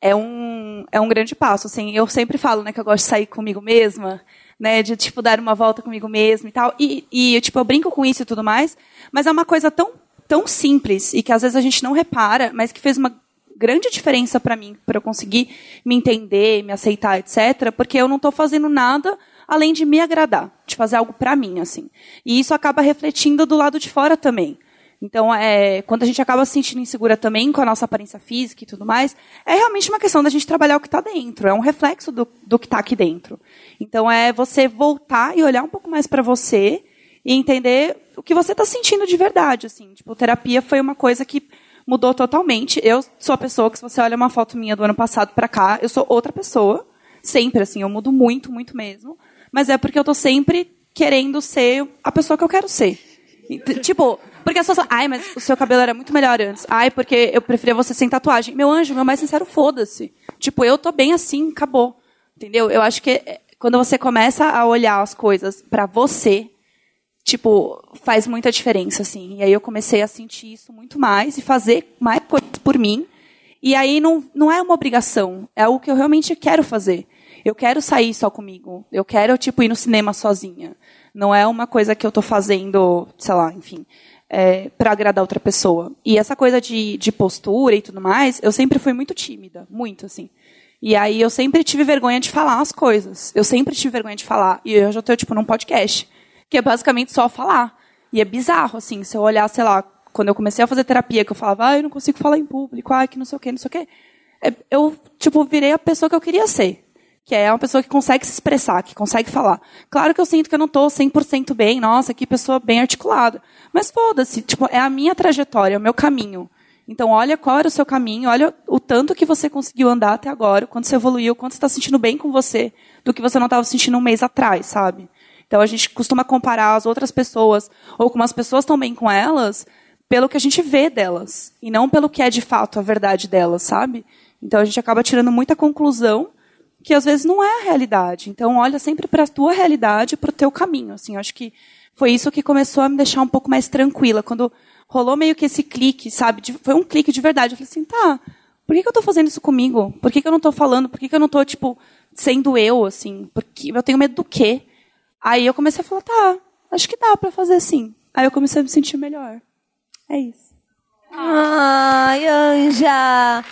é um, é um grande passo. Assim, eu sempre falo, né, que eu gosto de sair comigo mesma, né, de tipo dar uma volta comigo mesma e tal. E, e eu, tipo, eu brinco com isso e tudo mais, mas é uma coisa tão, tão simples e que às vezes a gente não repara, mas que fez uma grande diferença para mim, para eu conseguir me entender, me aceitar, etc, porque eu não estou fazendo nada além de me agradar, de fazer algo para mim, assim. E isso acaba refletindo do lado de fora também. Então, é, quando a gente acaba se sentindo insegura também com a nossa aparência física e tudo mais, é realmente uma questão da gente trabalhar o que está dentro, é um reflexo do, do que está aqui dentro. Então, é você voltar e olhar um pouco mais para você e entender o que você está sentindo de verdade, assim. Tipo, terapia foi uma coisa que mudou totalmente. Eu sou a pessoa que, se você olha uma foto minha do ano passado para cá, eu sou outra pessoa. Sempre, assim, eu mudo muito, muito mesmo. Mas é porque eu tô sempre querendo ser a pessoa que eu quero ser. Ent- Tipo, porque as pessoas falam, ai, mas o seu cabelo era muito melhor antes. Ai, porque eu preferia você sem tatuagem. Meu anjo, meu mais sincero, foda-se. Tipo, eu tô bem assim, acabou. Entendeu? Eu acho que eh, quando você começa a olhar as coisas pra você, tipo, faz muita diferença, assim. E aí eu comecei a sentir isso muito mais e fazer mais coisas por mim. E aí não, não é uma obrigação, é algo que eu realmente quero fazer. Eu quero sair só comigo. Eu quero, tipo, ir no cinema sozinha. Não é uma coisa que eu tô fazendo, sei lá, enfim, é, para agradar outra pessoa. E essa coisa de, de postura e tudo mais, eu sempre fui muito tímida, muito, assim. E aí eu sempre tive vergonha de falar as coisas. Eu sempre tive vergonha de falar. E eu já tô, tipo, num podcast. Que é basicamente só falar. E é bizarro, assim, se eu olhar, sei lá, quando eu comecei a fazer terapia, que eu falava, ah, eu não consigo falar em público, ah, que não sei o quê, não sei o quê. É, eu, tipo, virei a pessoa que eu queria ser. Que é uma pessoa que consegue se expressar, que consegue falar. Claro que eu sinto que eu não tô 100% bem, nossa, que pessoa bem articulada. Mas foda-se, tipo, é a minha trajetória, é o meu caminho. Então, olha qual era o seu caminho, olha o tanto que você conseguiu andar até agora, o quanto você evoluiu, o quanto você está sentindo bem com você, do que você não estava sentindo um mês atrás, sabe? Então, a gente costuma comparar as outras pessoas, ou como as pessoas estão bem com elas, pelo que a gente vê delas, e não pelo que é de fato a verdade delas, sabe? Então, a gente acaba tirando muita conclusão que às vezes não é a realidade. Então, olha sempre para a tua realidade, para o teu caminho. Assim, eu acho que foi isso que começou a me deixar um pouco mais tranquila. Quando rolou meio que esse clique, sabe? De- foi um clique de verdade. Eu falei assim, tá, por que, que eu tô fazendo isso comigo? Por que, que eu não tô falando? Por que, que eu não tô, tipo, sendo eu, assim? Porque eu tenho medo do quê? Aí eu comecei a falar, tá, acho que dá para fazer assim. Aí eu comecei a me sentir melhor. É isso. Ah. Ai, Anja!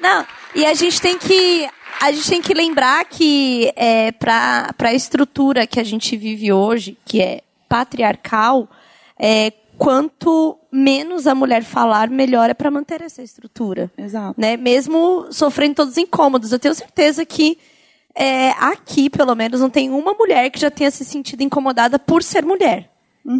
Não, e a gente tem que. A gente tem que lembrar que é, para a estrutura que a gente vive hoje, que é patriarcal, é, quanto menos a mulher falar, melhor é para manter essa estrutura. Exato. Né? Mesmo sofrendo todos os incômodos. Eu tenho certeza que é, aqui, pelo menos, não tem uma mulher que já tenha se sentido incomodada por ser mulher.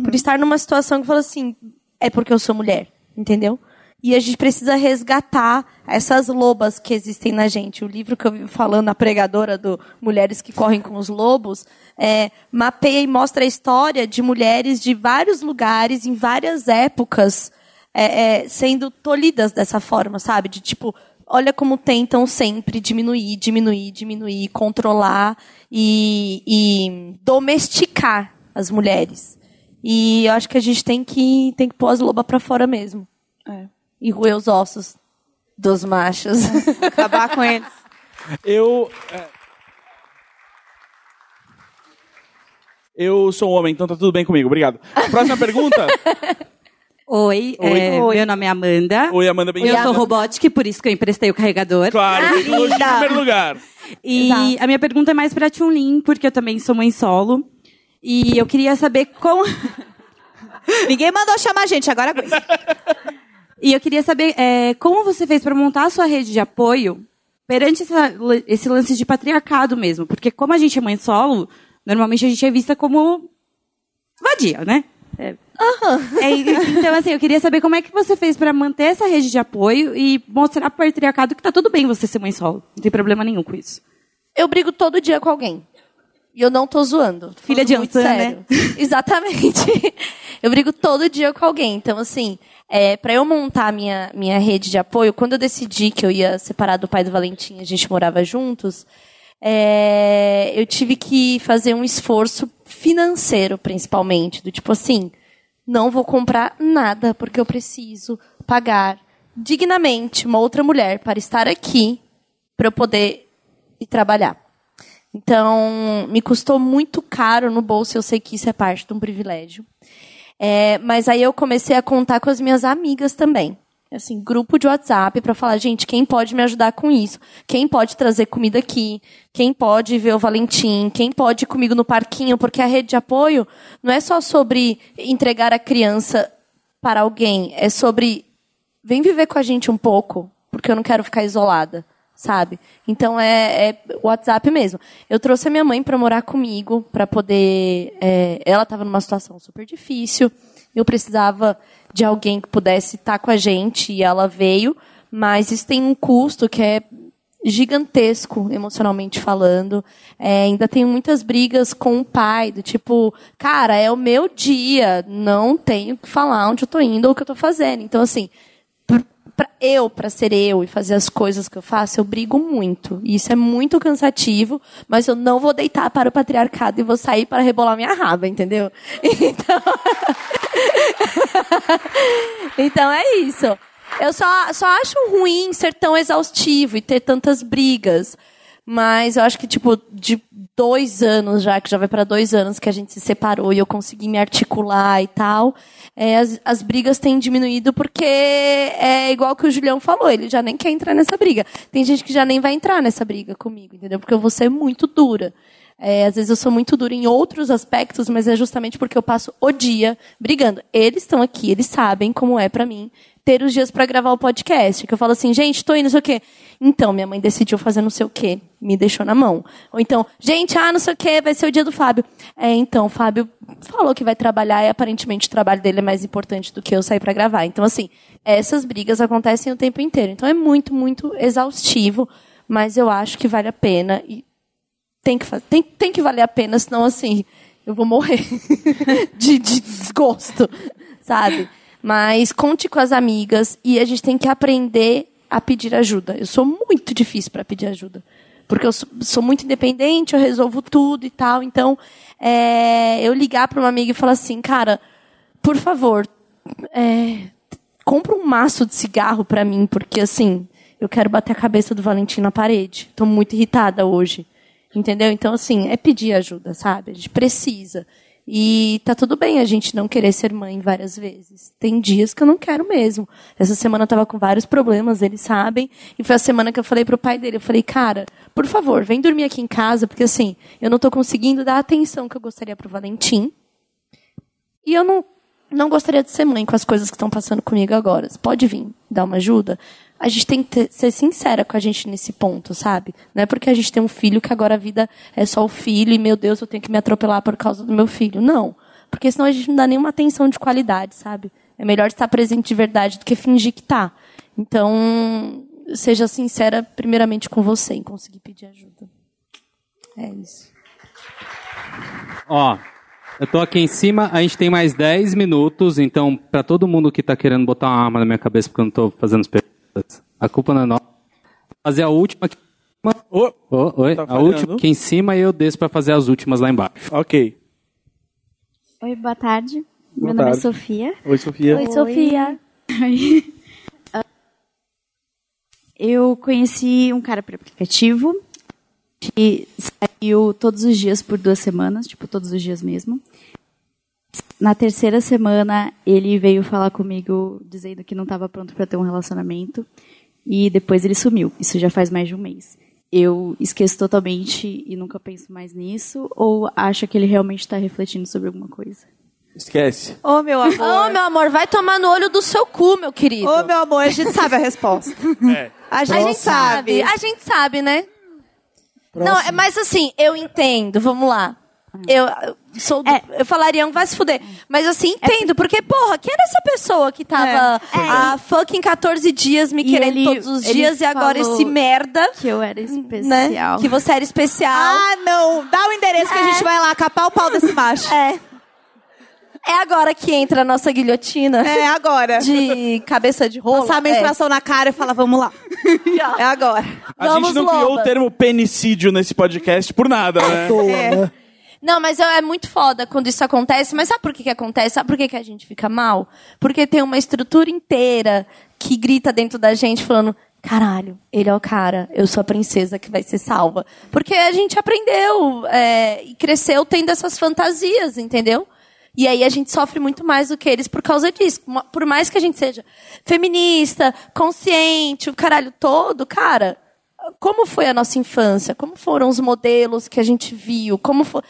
Por estar numa situação que fala assim, é porque eu sou mulher, entendeu? E a gente precisa resgatar essas lobas que existem na gente. O livro que eu vivo falando, a pregadora do Mulheres que Correm com os Lobos, é, mapeia e mostra a história de mulheres de vários lugares, em várias épocas, é, é, sendo tolhidas dessa forma, sabe? De tipo, olha como tentam sempre diminuir, diminuir, diminuir, controlar e, e domesticar as mulheres. E eu acho que a gente tem que, tem que pôr as lobas pra fora mesmo. E roer os ossos dos machos. É, Acabar com eles. Eu. é. Eu sou um homem, então tá tudo bem comigo. Obrigado. Próxima [laughs] pergunta. Oi, Oi. é, Oi. meu nome é Amanda. Oi, Amanda, E eu bem-vinda. sou robótica, e por isso que eu emprestei o carregador. Claro, tem elogio em primeiro lugar. Ah, E a minha pergunta é mais pra Chun-Lin, porque eu também sou mãe solo. E eu queria saber [laughs] como... Ninguém mandou chamar a gente, agora aguenta. [laughs] E eu queria saber é, como você fez pra montar a sua rede de apoio perante essa- esse lance de patriarcado mesmo. Porque como a gente é mãe solo, normalmente a gente é vista como vadia, né? É. É, então, assim, eu queria saber como é que você fez pra manter essa rede de apoio e mostrar pro patriarcado que tá tudo bem você ser mãe solo. Não tem problema nenhum com isso. Eu brigo todo dia com alguém. E eu não tô zoando. Tô Filha de falando muito Ansan, né? sério. [laughs] Exatamente. [laughs] Eu brigo todo dia com alguém. Então, assim, é, para eu montar a minha, minha rede de apoio, quando eu decidi que eu ia separar do pai do Valentim, a gente morava juntos, é, eu tive que fazer um esforço financeiro, principalmente. Do tipo assim, não vou comprar nada, porque eu preciso pagar dignamente uma outra mulher para estar aqui, para eu poder ir trabalhar. Então, me custou muito caro no bolso, eu sei que isso é parte de um privilégio. É, mas aí eu comecei a contar com as minhas amigas também. Assim, grupo de WhatsApp para falar, gente, quem pode me ajudar com isso? Quem pode trazer comida aqui? Quem pode ver o Valentim? Quem pode ir comigo no parquinho? Porque a rede de apoio não é só sobre entregar a criança para alguém, é sobre vem viver com a gente um pouco, porque eu não quero ficar isolada, sabe? Então é, é WhatsApp mesmo. Eu trouxe a minha mãe para morar comigo, para poder. é, ela estava numa situação super difícil. Eu precisava de tá alguém que pudesse estar com a gente e ela veio, mas isso tem um custo que é gigantesco emocionalmente falando. É, ainda tem muitas brigas com o pai, do tipo, cara, é o meu dia, não tenho que falar onde eu tô indo ou o que eu tô fazendo. Então, assim, pr- pra eu, para ser eu e fazer as coisas que eu faço, eu brigo muito. E Isso é muito cansativo, mas eu não vou deitar para o patriarcado e vou sair para rebolar minha raba, entendeu? Então é isso. Eu só, só acho ruim ser tão exaustivo e ter tantas brigas. Mas eu acho que, tipo, de dois anos já, que já vai para dois anos que a gente se separou e eu consegui me articular e tal, é, as, as brigas têm diminuído porque é igual que o Julião falou, ele já nem quer entrar nessa briga. Tem gente que já nem vai entrar nessa briga comigo, entendeu? Porque eu vou ser muito dura. É, às vezes eu sou muito dura em outros aspectos, mas é justamente porque eu passo o dia brigando. Eles estão aqui, eles sabem como é pra mim ter os dias pra gravar o podcast. Que eu falo assim, gente, tô indo, não sei o quê. Então, minha mãe decidiu fazer não sei o quê, me deixou na mão. Ou então, gente, ah, não sei o quê, vai ser o dia do Fábio. É, então, o Fábio falou que vai trabalhar e aparentemente o trabalho dele é mais importante do que eu sair pra gravar. Então, assim, essas brigas acontecem o tempo inteiro. Então, é muito, muito exaustivo, mas eu acho que vale a pena e tem que, fa- tem, tem que valer a pena, senão assim, eu vou morrer [laughs] de, de desgosto, sabe? Mas conte com as amigas e a gente tem que aprender a pedir ajuda. Eu sou muito difícil para pedir ajuda. Porque eu sou, sou muito independente, eu resolvo tudo e tal. Então, é, eu ligar para uma amiga e falar assim, cara, por favor, é, compra um maço de cigarro para mim, porque assim, eu quero bater a cabeça do Valentim na parede. Tô muito irritada hoje. Entendeu? Então, assim, é pedir ajuda, sabe? A gente precisa. E tá tudo bem a gente não querer ser mãe várias vezes. Tem dias que eu não quero mesmo. Essa semana eu tava com vários problemas, eles sabem. E foi a semana que eu falei pro pai dele, eu falei, cara, por favor, vem dormir aqui em casa, porque assim, eu não tô conseguindo dar a atenção que eu gostaria pro Valentim. E eu não, não gostaria de ser mãe com as coisas que estão passando comigo agora. Você pode vir dar uma ajuda? A gente tem que ter- ser sincera com a gente nesse ponto, sabe? Não é porque a gente tem um filho que agora a vida é só o filho e, meu Deus, eu tenho que me atropelar por causa do meu filho. Não. Porque senão a gente não dá nenhuma atenção de qualidade, sabe? É melhor estar presente de verdade do que fingir que tá. Então, seja sincera primeiramente com você em conseguir pedir ajuda. É isso. Ó, eu tô aqui em cima, a gente tem mais 10 minutos, então pra todo mundo que tá querendo botar uma arma na minha cabeça porque eu não tô fazendo as perguntas, a culpa não é nossa. Fazer a última aqui em cima. Ô, oi, Tá a falhando. última aqui em cima e eu desço pra fazer as últimas lá embaixo. Ok. Oi, boa tarde. Boa Meu nome tarde. é Sofia. Oi, Sofia. Oi, Sofia. Ah, Eu conheci um cara por aplicativo que saiu todos os dias por duas semanas, tipo, todos os dias mesmo. Na terceira semana, ele veio falar comigo dizendo que não estava pronto para ter um relacionamento e depois ele sumiu. Isso já faz mais de um mês. Eu esqueço totalmente e nunca penso mais nisso ou acho que ele realmente está refletindo sobre alguma coisa? Esquece. Ô, oh, meu amor. Ô, meu amor, vai tomar no olho do seu cu, meu querido. Ô, meu amor, a gente sabe a resposta. [laughs] É. A gente sabe. A gente sabe, né? Não, [laughs] é, mas assim, eu entendo, vamos lá. Eu, eu sou do- Hum. eu falaria um vai se fuder. Mas assim, entendo, porque, É, porra, quem era essa pessoa que tava há fucking 14 dias me E querendo ele- todos os ele dias e agora falou esse merda? Que eu era especial. Né? Que você era especial. Ah, não! Dá o endereço que a gente vai lá capar o pau desse macho. É. É agora que entra a nossa guilhotina. É agora. De cabeça de rolo. É. Passar a menstruação na cara e falar, vamos lá. É agora. A gente não criou o termo penicídio nesse podcast por nada, né? Não, mas eu- é muito foda quando isso acontece. Mas sabe por que, que acontece? Sabe por que, que a gente fica mal? Porque tem uma estrutura inteira que grita dentro da gente falando. Caralho, ele é o cara, eu sou a princesa que vai ser salva. Porque a gente aprendeu é, e cresceu tendo essas fantasias, entendeu? E aí a gente sofre muito mais do que eles por causa disso. Mo- Por mais que a gente seja feminista, consciente, o caralho todo, cara, como foi a nossa infância? Como foram os modelos que a gente viu? Como foi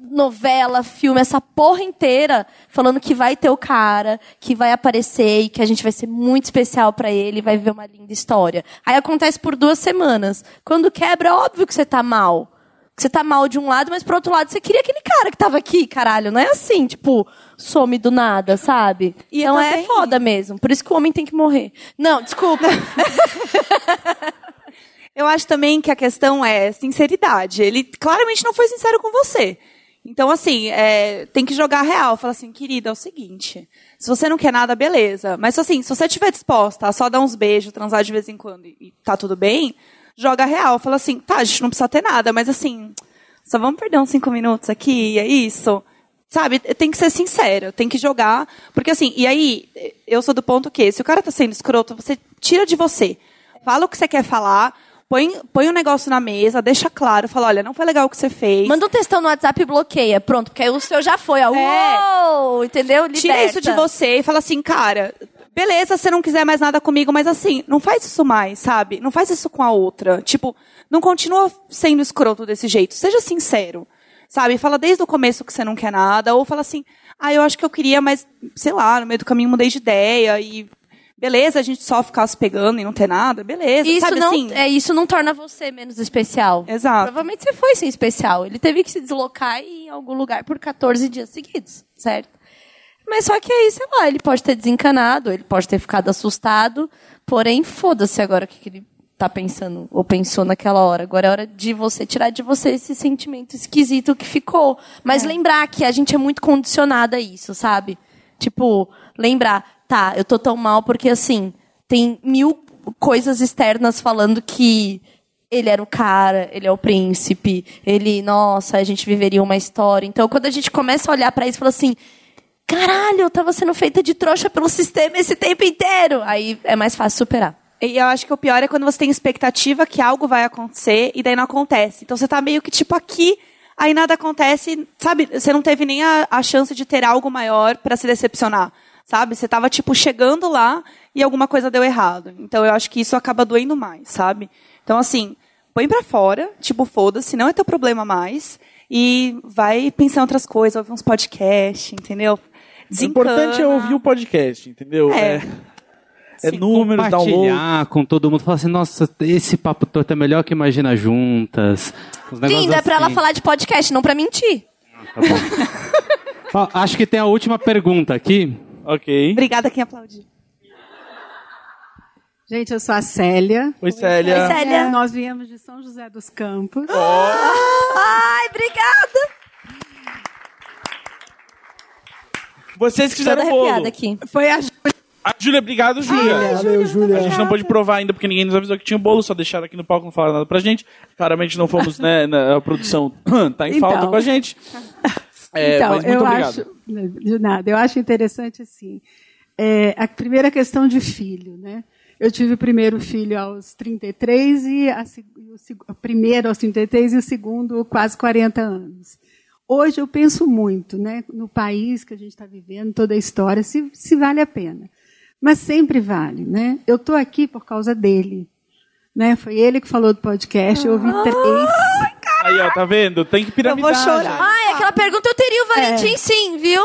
novela, filme, essa porra inteira falando que vai ter o cara, que vai aparecer e que a gente vai ser muito especial pra ele, vai viver uma linda história. Aí acontece por duas semanas. Quando quebra, óbvio que você tá mal. Que você tá mal de um lado, mas pro outro lado você queria aquele cara que tava aqui, caralho. Não é assim, tipo, some do nada, sabe? então é foda mesmo. Por isso que o homem tem que morrer. Não, desculpa. Eu acho também que a questão é sinceridade. Ele claramente não foi sincero com você. Então, assim, é, tem que jogar real. Fala assim, querida, é o seguinte. Se você não quer nada, beleza. Mas, assim, se você estiver disposta a só dar uns beijos, transar de vez em quando e e tá tudo bem, joga real. Fala assim, tá, a gente não precisa ter nada, mas, assim, só vamos perder uns cinco minutos aqui, é isso. Sabe, tem que ser sincero, tem que jogar. Porque, assim, e aí, eu sou do ponto que, se o cara tá sendo escroto, você tira de você. Fala o que você quer falar, põe, põe o negócio na mesa, deixa claro, fala, olha, não foi legal o que você fez. Manda um textão no WhatsApp e bloqueia. Pronto, porque aí o seu já É. foi. Ó. É, Uou! Entendeu? Liberta. Tira isso de você e fala assim, cara, beleza, você não quiser mais nada comigo, mas assim, não faz isso mais, sabe? Não faz isso com a outra. Tipo, não continua sendo escroto desse jeito. Seja sincero. Sabe? Fala desde o começo que você não quer nada, ou fala assim, ah, eu acho que eu queria, mas, sei lá, no meio do caminho mudei de ideia e. Beleza, a gente só ficar se pegando e não ter nada, beleza. Isso, sabe, não, assim? é, isso não torna você menos especial. Exato. Provavelmente você foi sim especial. Ele teve que se deslocar e ir em algum lugar por 14 dias seguidos, certo? Mas só que aí, sei lá, ele pode ter desencanado, ele pode ter ficado assustado, porém, foda-se agora o que, que ele tá pensando ou pensou naquela hora. Agora é hora de você tirar de você esse sentimento esquisito que ficou. Mas lembrar que a gente é muito condicionada a isso, sabe? Tipo, lembrar, tá, eu tô tão mal porque assim, tem mil coisas externas falando que ele era o cara, ele é o príncipe, ele, nossa, a gente viveria uma história. Então, quando a gente começa a olhar pra isso e fala assim, caralho, eu tava sendo feita de trouxa pelo sistema esse tempo inteiro, aí é mais fácil superar. E eu acho que o pior é quando você tem expectativa que algo vai acontecer e daí não acontece. Então você tá meio que tipo aqui, aí nada acontece, sabe? Você não teve nem a, a chance de ter algo maior para se decepcionar, sabe? Você tava tipo chegando lá e alguma coisa deu errado. Então eu acho que isso acaba doendo mais, sabe? Então assim, põe pra fora, tipo foda-se, não é teu problema mais e vai pensar em outras coisas, ouve uns podcasts, entendeu? O importante é Desencana. ouvir o podcast, entendeu? É. É, é números, download. Compartilhar com todo mundo. Falar assim, nossa, esse papo torto é melhor que Imagina Juntas. Um Uns negócios Lindo, é pra ela assim. falar de podcast, não pra mentir. Ó, Acho que tem a última pergunta aqui. Ok. Obrigada quem aplaudiu. Gente, eu sou a Célia. Oi, Célia. É, Nós viemos de São José dos Campos. Ai, obrigada! Vocês que fizeram o bolo. Foi a A Júlia, obrigado, Júlia. Ai, Valeu, Júlia. A gente não pôde provar ainda porque ninguém nos avisou que tinha o bolo, só deixaram aqui no palco, não falaram nada pra gente. Claramente não fomos, né? na- a produção [clears throat] tá em falta Então. com a gente. É, então, mas muito eu obrigado. acho. De nada. Eu acho interessante, assim, é, a primeira questão de filho, né? Eu tive o primeiro filho aos 33 e a se- e o seg- o primeiro aos 33 e o segundo quase 40 anos. Hoje eu penso muito, né, no país que a gente está vivendo, toda a história, se, se vale a pena. Mas sempre vale, né? Eu estou aqui por causa dele, né? Foi ele que falou do podcast, eu ouvi três. Aí, ó, tá vendo? Tem que piramidar. né? gente. Ai, aquela pergunta eu teria o Valentim sim, viu?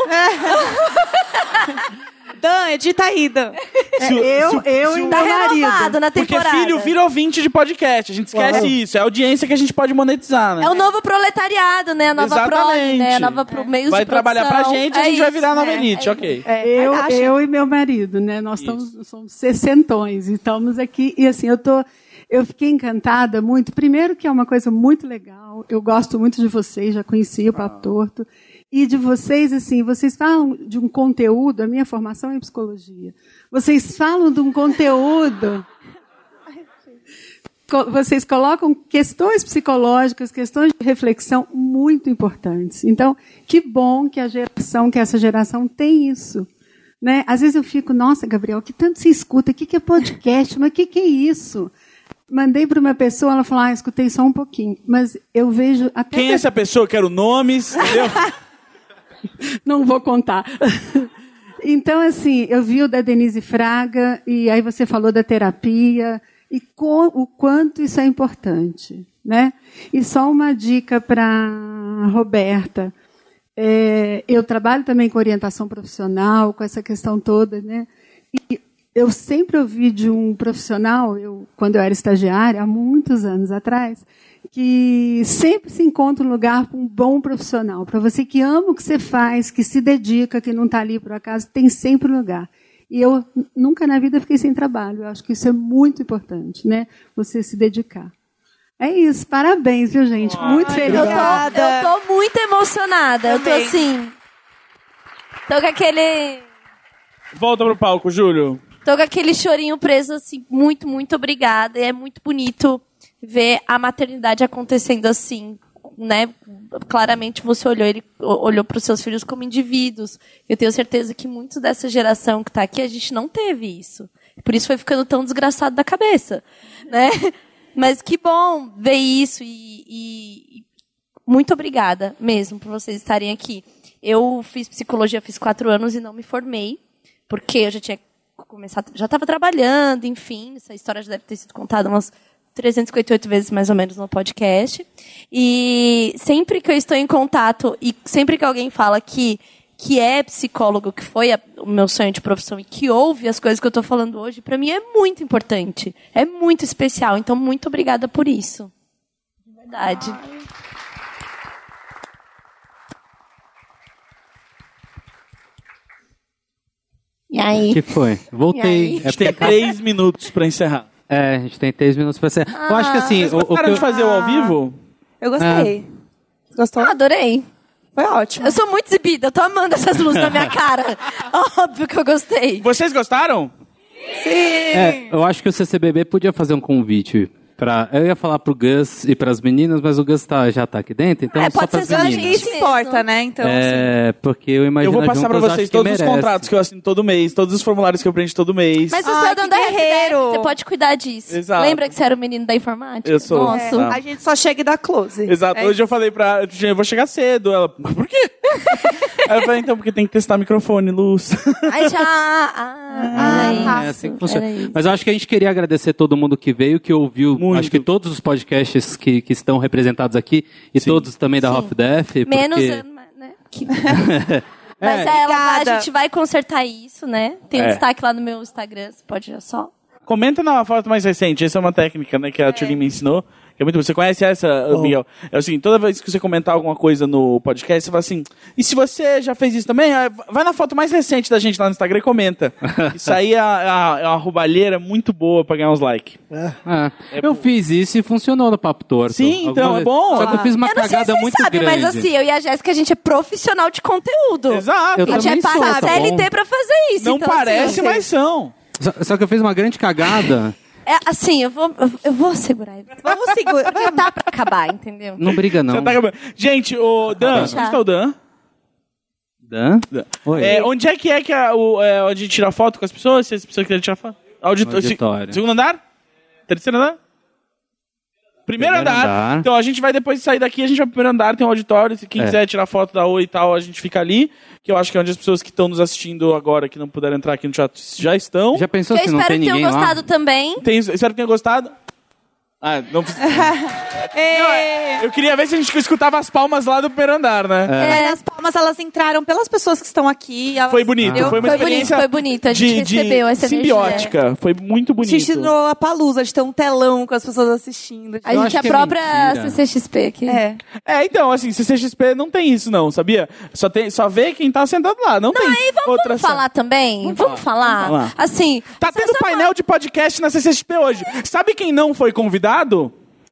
Dan, edita aí, Dan. Se o- se o- se o- tá renovado na Porque temporada. filho vira ouvinte de podcast. A gente esquece Uau. isso. É a audiência que a gente pode monetizar, né? É o novo proletariado, né? A nova prole, Exatamente. né? A nova pro... meio Vai de trabalhar pra produção. gente, a É gente vai isso, virar nova né? elite, ok. eu, Mas acha- eu e meu marido, né? Nós estamos, somos sessentões e estamos aqui. E assim, eu tô. Eu fiquei encantada muito. Primeiro que é uma coisa muito legal. Eu gosto muito de vocês, já conheci o Papo Torto. E de vocês, assim, vocês falam de um conteúdo, a minha formação é em psicologia. Vocês falam de um conteúdo. Co- vocês colocam questões psicológicas, questões de reflexão muito importantes. Então, que bom que a geração, que essa geração tem isso. Né? Às vezes eu fico, nossa, Gabriel, que tanto se escuta, o que, que é podcast, mas o que, que é isso? Mandei para uma pessoa, ela falou, ah, escutei só um pouquinho, mas eu vejo até... Quem é essa pessoa? Quero nomes, [laughs] entendeu? Não vou contar. [laughs] Então, assim, eu vi o da Denise Fraga, e aí você falou da terapia, e co- o quanto isso é importante. Né? E só uma dica para Roberta. É, eu trabalho também com orientação profissional, com essa questão toda, né? E eu sempre ouvi de um profissional, eu, quando eu era estagiária, há muitos anos atrás, que sempre se encontra um lugar para um bom profissional. Para você que ama o que você faz, que se dedica, que não está ali por acaso, tem sempre um lugar. E eu n- nunca na vida fiquei sem trabalho. Eu acho que isso é muito importante, né? Você se dedicar. É isso, parabéns, viu, gente? Muito feliz. Eu tô, eu tô muito emocionada. Eu Também. tô assim. Tô com aquele. Volta pro palco, Júlio. Tô com aquele chorinho preso, assim, muito, muito obrigada. E é muito bonito ver a maternidade acontecendo assim, né? Claramente você olhou ele o- olhou para os seus filhos como indivíduos. Eu tenho certeza que muitos dessa geração que tá aqui, a gente não teve isso. Por isso foi ficando tão desgraçado da cabeça, né? [laughs] Mas que bom ver isso e- e- e muito obrigada mesmo por vocês estarem aqui. Eu fiz psicologia, fiz quatro anos e não me formei, porque eu já tinha começado, já estava trabalhando, enfim, essa história já deve ter sido contada umas 358 vezes mais ou menos no podcast. E sempre que eu estou em contato e sempre que alguém fala que que é psicólogo, que foi a- o meu sonho de profissão e que ouve as coisas que eu estou falando hoje, para mim é muito importante, é muito especial. Então, muito obrigada por isso. De verdade. E aí? que foi? Voltei. A gente tem três minutos pra encerrar. É, a gente tem três minutos pra encerrar. eu acho que assim. Vocês o- o que eu- gostaram Ah, Ah, de fazer o ao vivo? Eu gostei. É. Gostou? adorei. Foi ótimo. Eu sou muito exibida, eu tô amando essas luzes na minha [laughs] cara. Óbvio que eu gostei. Vocês gostaram? Sim. É, eu acho que o CCBB podia fazer um convite pra. Eu ia falar pro Gus e pras meninas, mas o Gus tá- já tá aqui dentro, então é, só pode ser pras só meninas. ninguém se importa, né? Então, [laughs] é, porque eu imagino eu vou passar pra juntas, acho vocês que todos os merece. contratos que eu assino todo mês, todos os formulários que eu preencho todo mês. Mas você é o dono da RDF, você pode cuidar disso. Exato. Lembra que você era o menino da informática? Eu sou. Nossa. É, a gente só chega e dá close. É Exato. Hoje eu falei pra ela, eu vou chegar cedo. Ela, mas por [laughs] quê? Aí eu falei, então, porque tem que testar microfone, luz. Ai, já. Ah, ah, É assim que funciona. Mas eu acho que a gente queria agradecer todo mundo que veio, que ouviu, acho que todos os podcasts que, que estão representados aqui e todos também da Hof Def. Menos porque... ano, né? Que- Mas é, ela, a gente vai consertar isso, né? Tem um É. destaque lá no meu Instagram, você pode já só. Comenta na foto mais recente. Essa é uma técnica, né, que a Tulin me ensinou. que É muito... boa. Você conhece essa, Miguel? É o seguinte, toda vez que você comentar alguma coisa no podcast, você fala assim, e se você já fez isso também, Ah, vai na foto mais recente da gente lá no Instagram e [laughs] comenta. Isso aí é, a- é uma roubalheira muito boa pra ganhar uns likes. Ah, eu fiz isso e funcionou no Papo Torto. Sim, então, Algumas é bom. vezes. Só que eu fiz uma eu não sei se cagada vocês muito sabem, grande. mas assim, eu e a Jéssica, a gente é profissional de conteúdo. Exato. Eu a também gente é paga sou, a tá bom. CLT pra fazer isso. Não então, parece, assim, mas são. Só, só que eu fiz uma grande cagada. É, assim, eu vou, eu- eu vou segurar. Vamos segurar. Porque dá pra acabar, entendeu? Não briga, não. Já tá acabando. Gente, o Dan, onde Deixa. está o Dan? Dan? Oi. É, onde é que é que a, o, é, onde a gente tira foto com as pessoas? Se as pessoas quiserem tirar foto? Audito- No auditório. se- Segundo andar? Terceiro andar? Primeiro, Primeiro andar. andar. Então a gente vai depois de sair daqui, a gente vai pro primeiro andar, tem um auditório. Se quem É. quiser tirar foto da Oi e tal, a gente fica ali. Que eu acho que é onde as pessoas que estão nos assistindo agora, que não puderam entrar aqui no teatro, já estão. Já pensou Eu espero que tenham gostado também. Tem, espero que tenham gostado. Ah, não precisa. Não, é- eu queria ver se a gente escutava as palmas lá do primeiro andar, né? É, as palmas elas entraram pelas pessoas que estão aqui. elas- Foi bonito, entendeu? foi uma experiência foi bonito, a gente de, recebeu de essa energia. simbiótica, foi muito A bonito. gente ensinou a palusa de ter um telão com as pessoas assistindo. A gente é a própria CCXP aqui. É. É, então, assim, CCXP não tem isso não, sabia? Só, tem, só vê quem tá sentado lá, não, tem aí, vamos, outra... Vamos falar também? Vamos, falar? vamos falar. Assim, Tá tendo painel de podcast na CCXP hoje. Sabe quem não foi convidado?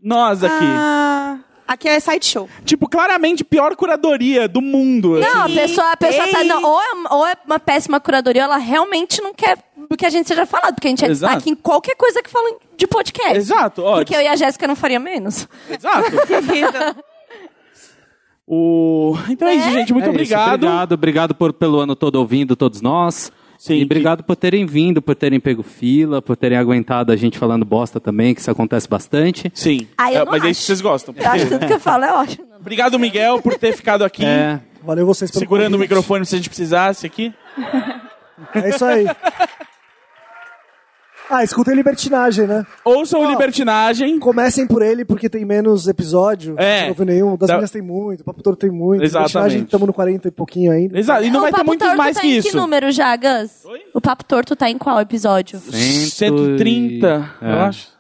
Nós aqui. Ah, Ah. Aqui é sideshow. Tipo, claramente, pior curadoria do mundo. não, a assim. pessoa, a pessoa tá. não, ou, é, ou é uma péssima curadoria, ou ela realmente não quer que a gente seja falado, porque a gente é Exato. destaque em qualquer coisa que falam de podcast. Exato, ó. Porque eu e a Jéssica não faria menos. [laughs] Exato. O... Então é isso, gente. Muito É isso, obrigado. Obrigado, obrigado por, pelo ano todo ouvindo todos nós. e obrigado por terem vindo, por terem pego fila, por terem aguentado a gente falando bosta também, que isso acontece bastante. Sim. Ah, eu É, não mas é isso acho. que vocês gostam. Eu acho que tudo que eu falo é ótimo. [laughs] Obrigado, Miguel, por ter ficado aqui. É. Valeu vocês pelo Segurando o microfone se a gente precisasse aqui. É isso aí. Ah, escutem Libertinagem, né? Ouçam o Libertinagem. Comecem por ele, porque tem menos episódio. É. Não ouviu nenhum. Das Da- minhas tem muito, o Papo Toro tem muito. Exatamente. Libertinagem, estamos no 40 e pouquinho ainda. Exato. E não o vai ter Papo muitos Torto mais tá que em isso. Que número já, Gus? O Papo Torto tá em qual episódio? 130, É. eu acho. [laughs]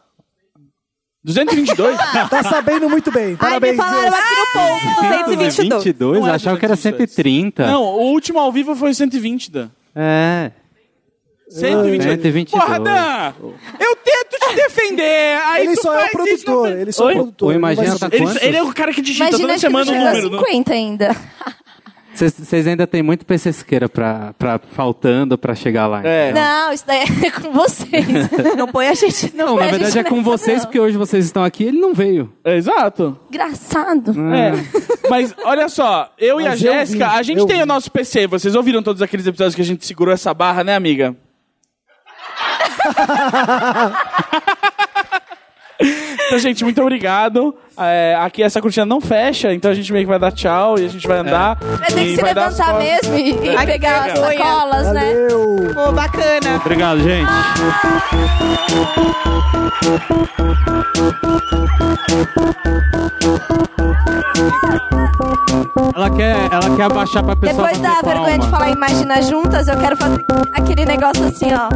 222? tá sabendo muito bem. Parabéns. Deus. Não é achava que era 130. Não, o último ao vivo foi o 120, Dan. É. 120. 122. Porra, Dan! Eu tento te vai defender! Aí Ele tu só é o faz isso, não produtor, faz- ele só é o produtor. ele não vai tá ser- Ele- Ele é o cara que digita toda semana um número. não- 50 ainda. Vocês- Vocês ainda tem muito PC Siqueira pra, pra, faltando pra chegar lá. então. Não, isso daí é com [laughs] vocês. Não põe a gente. Não, na verdade é com vocês, porque hoje vocês estão aqui ele não veio. exato. Engraçado. É. Mas olha só, eu e a Mas eu Jéssica, vi, a gente eu tem o nosso PC. Vocês ouviram todos aqueles episódios que a gente segurou essa barra, [laughs] né, amiga? então, gente, muito obrigado. É, aqui essa cortina não fecha, então a gente meio que vai dar tchau e a gente vai andar. Vai ter e que se vai dar as levantar costas. mesmo e, e É. pegar as Legal. sacolas, né? Pô, bacana. Obrigado, gente. Ela quer, ela quer abaixar pra pessoa. Depois da bater palma. vergonha de falar imagina juntas, eu quero fazer aquele negócio assim, ó.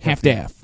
Half-Death.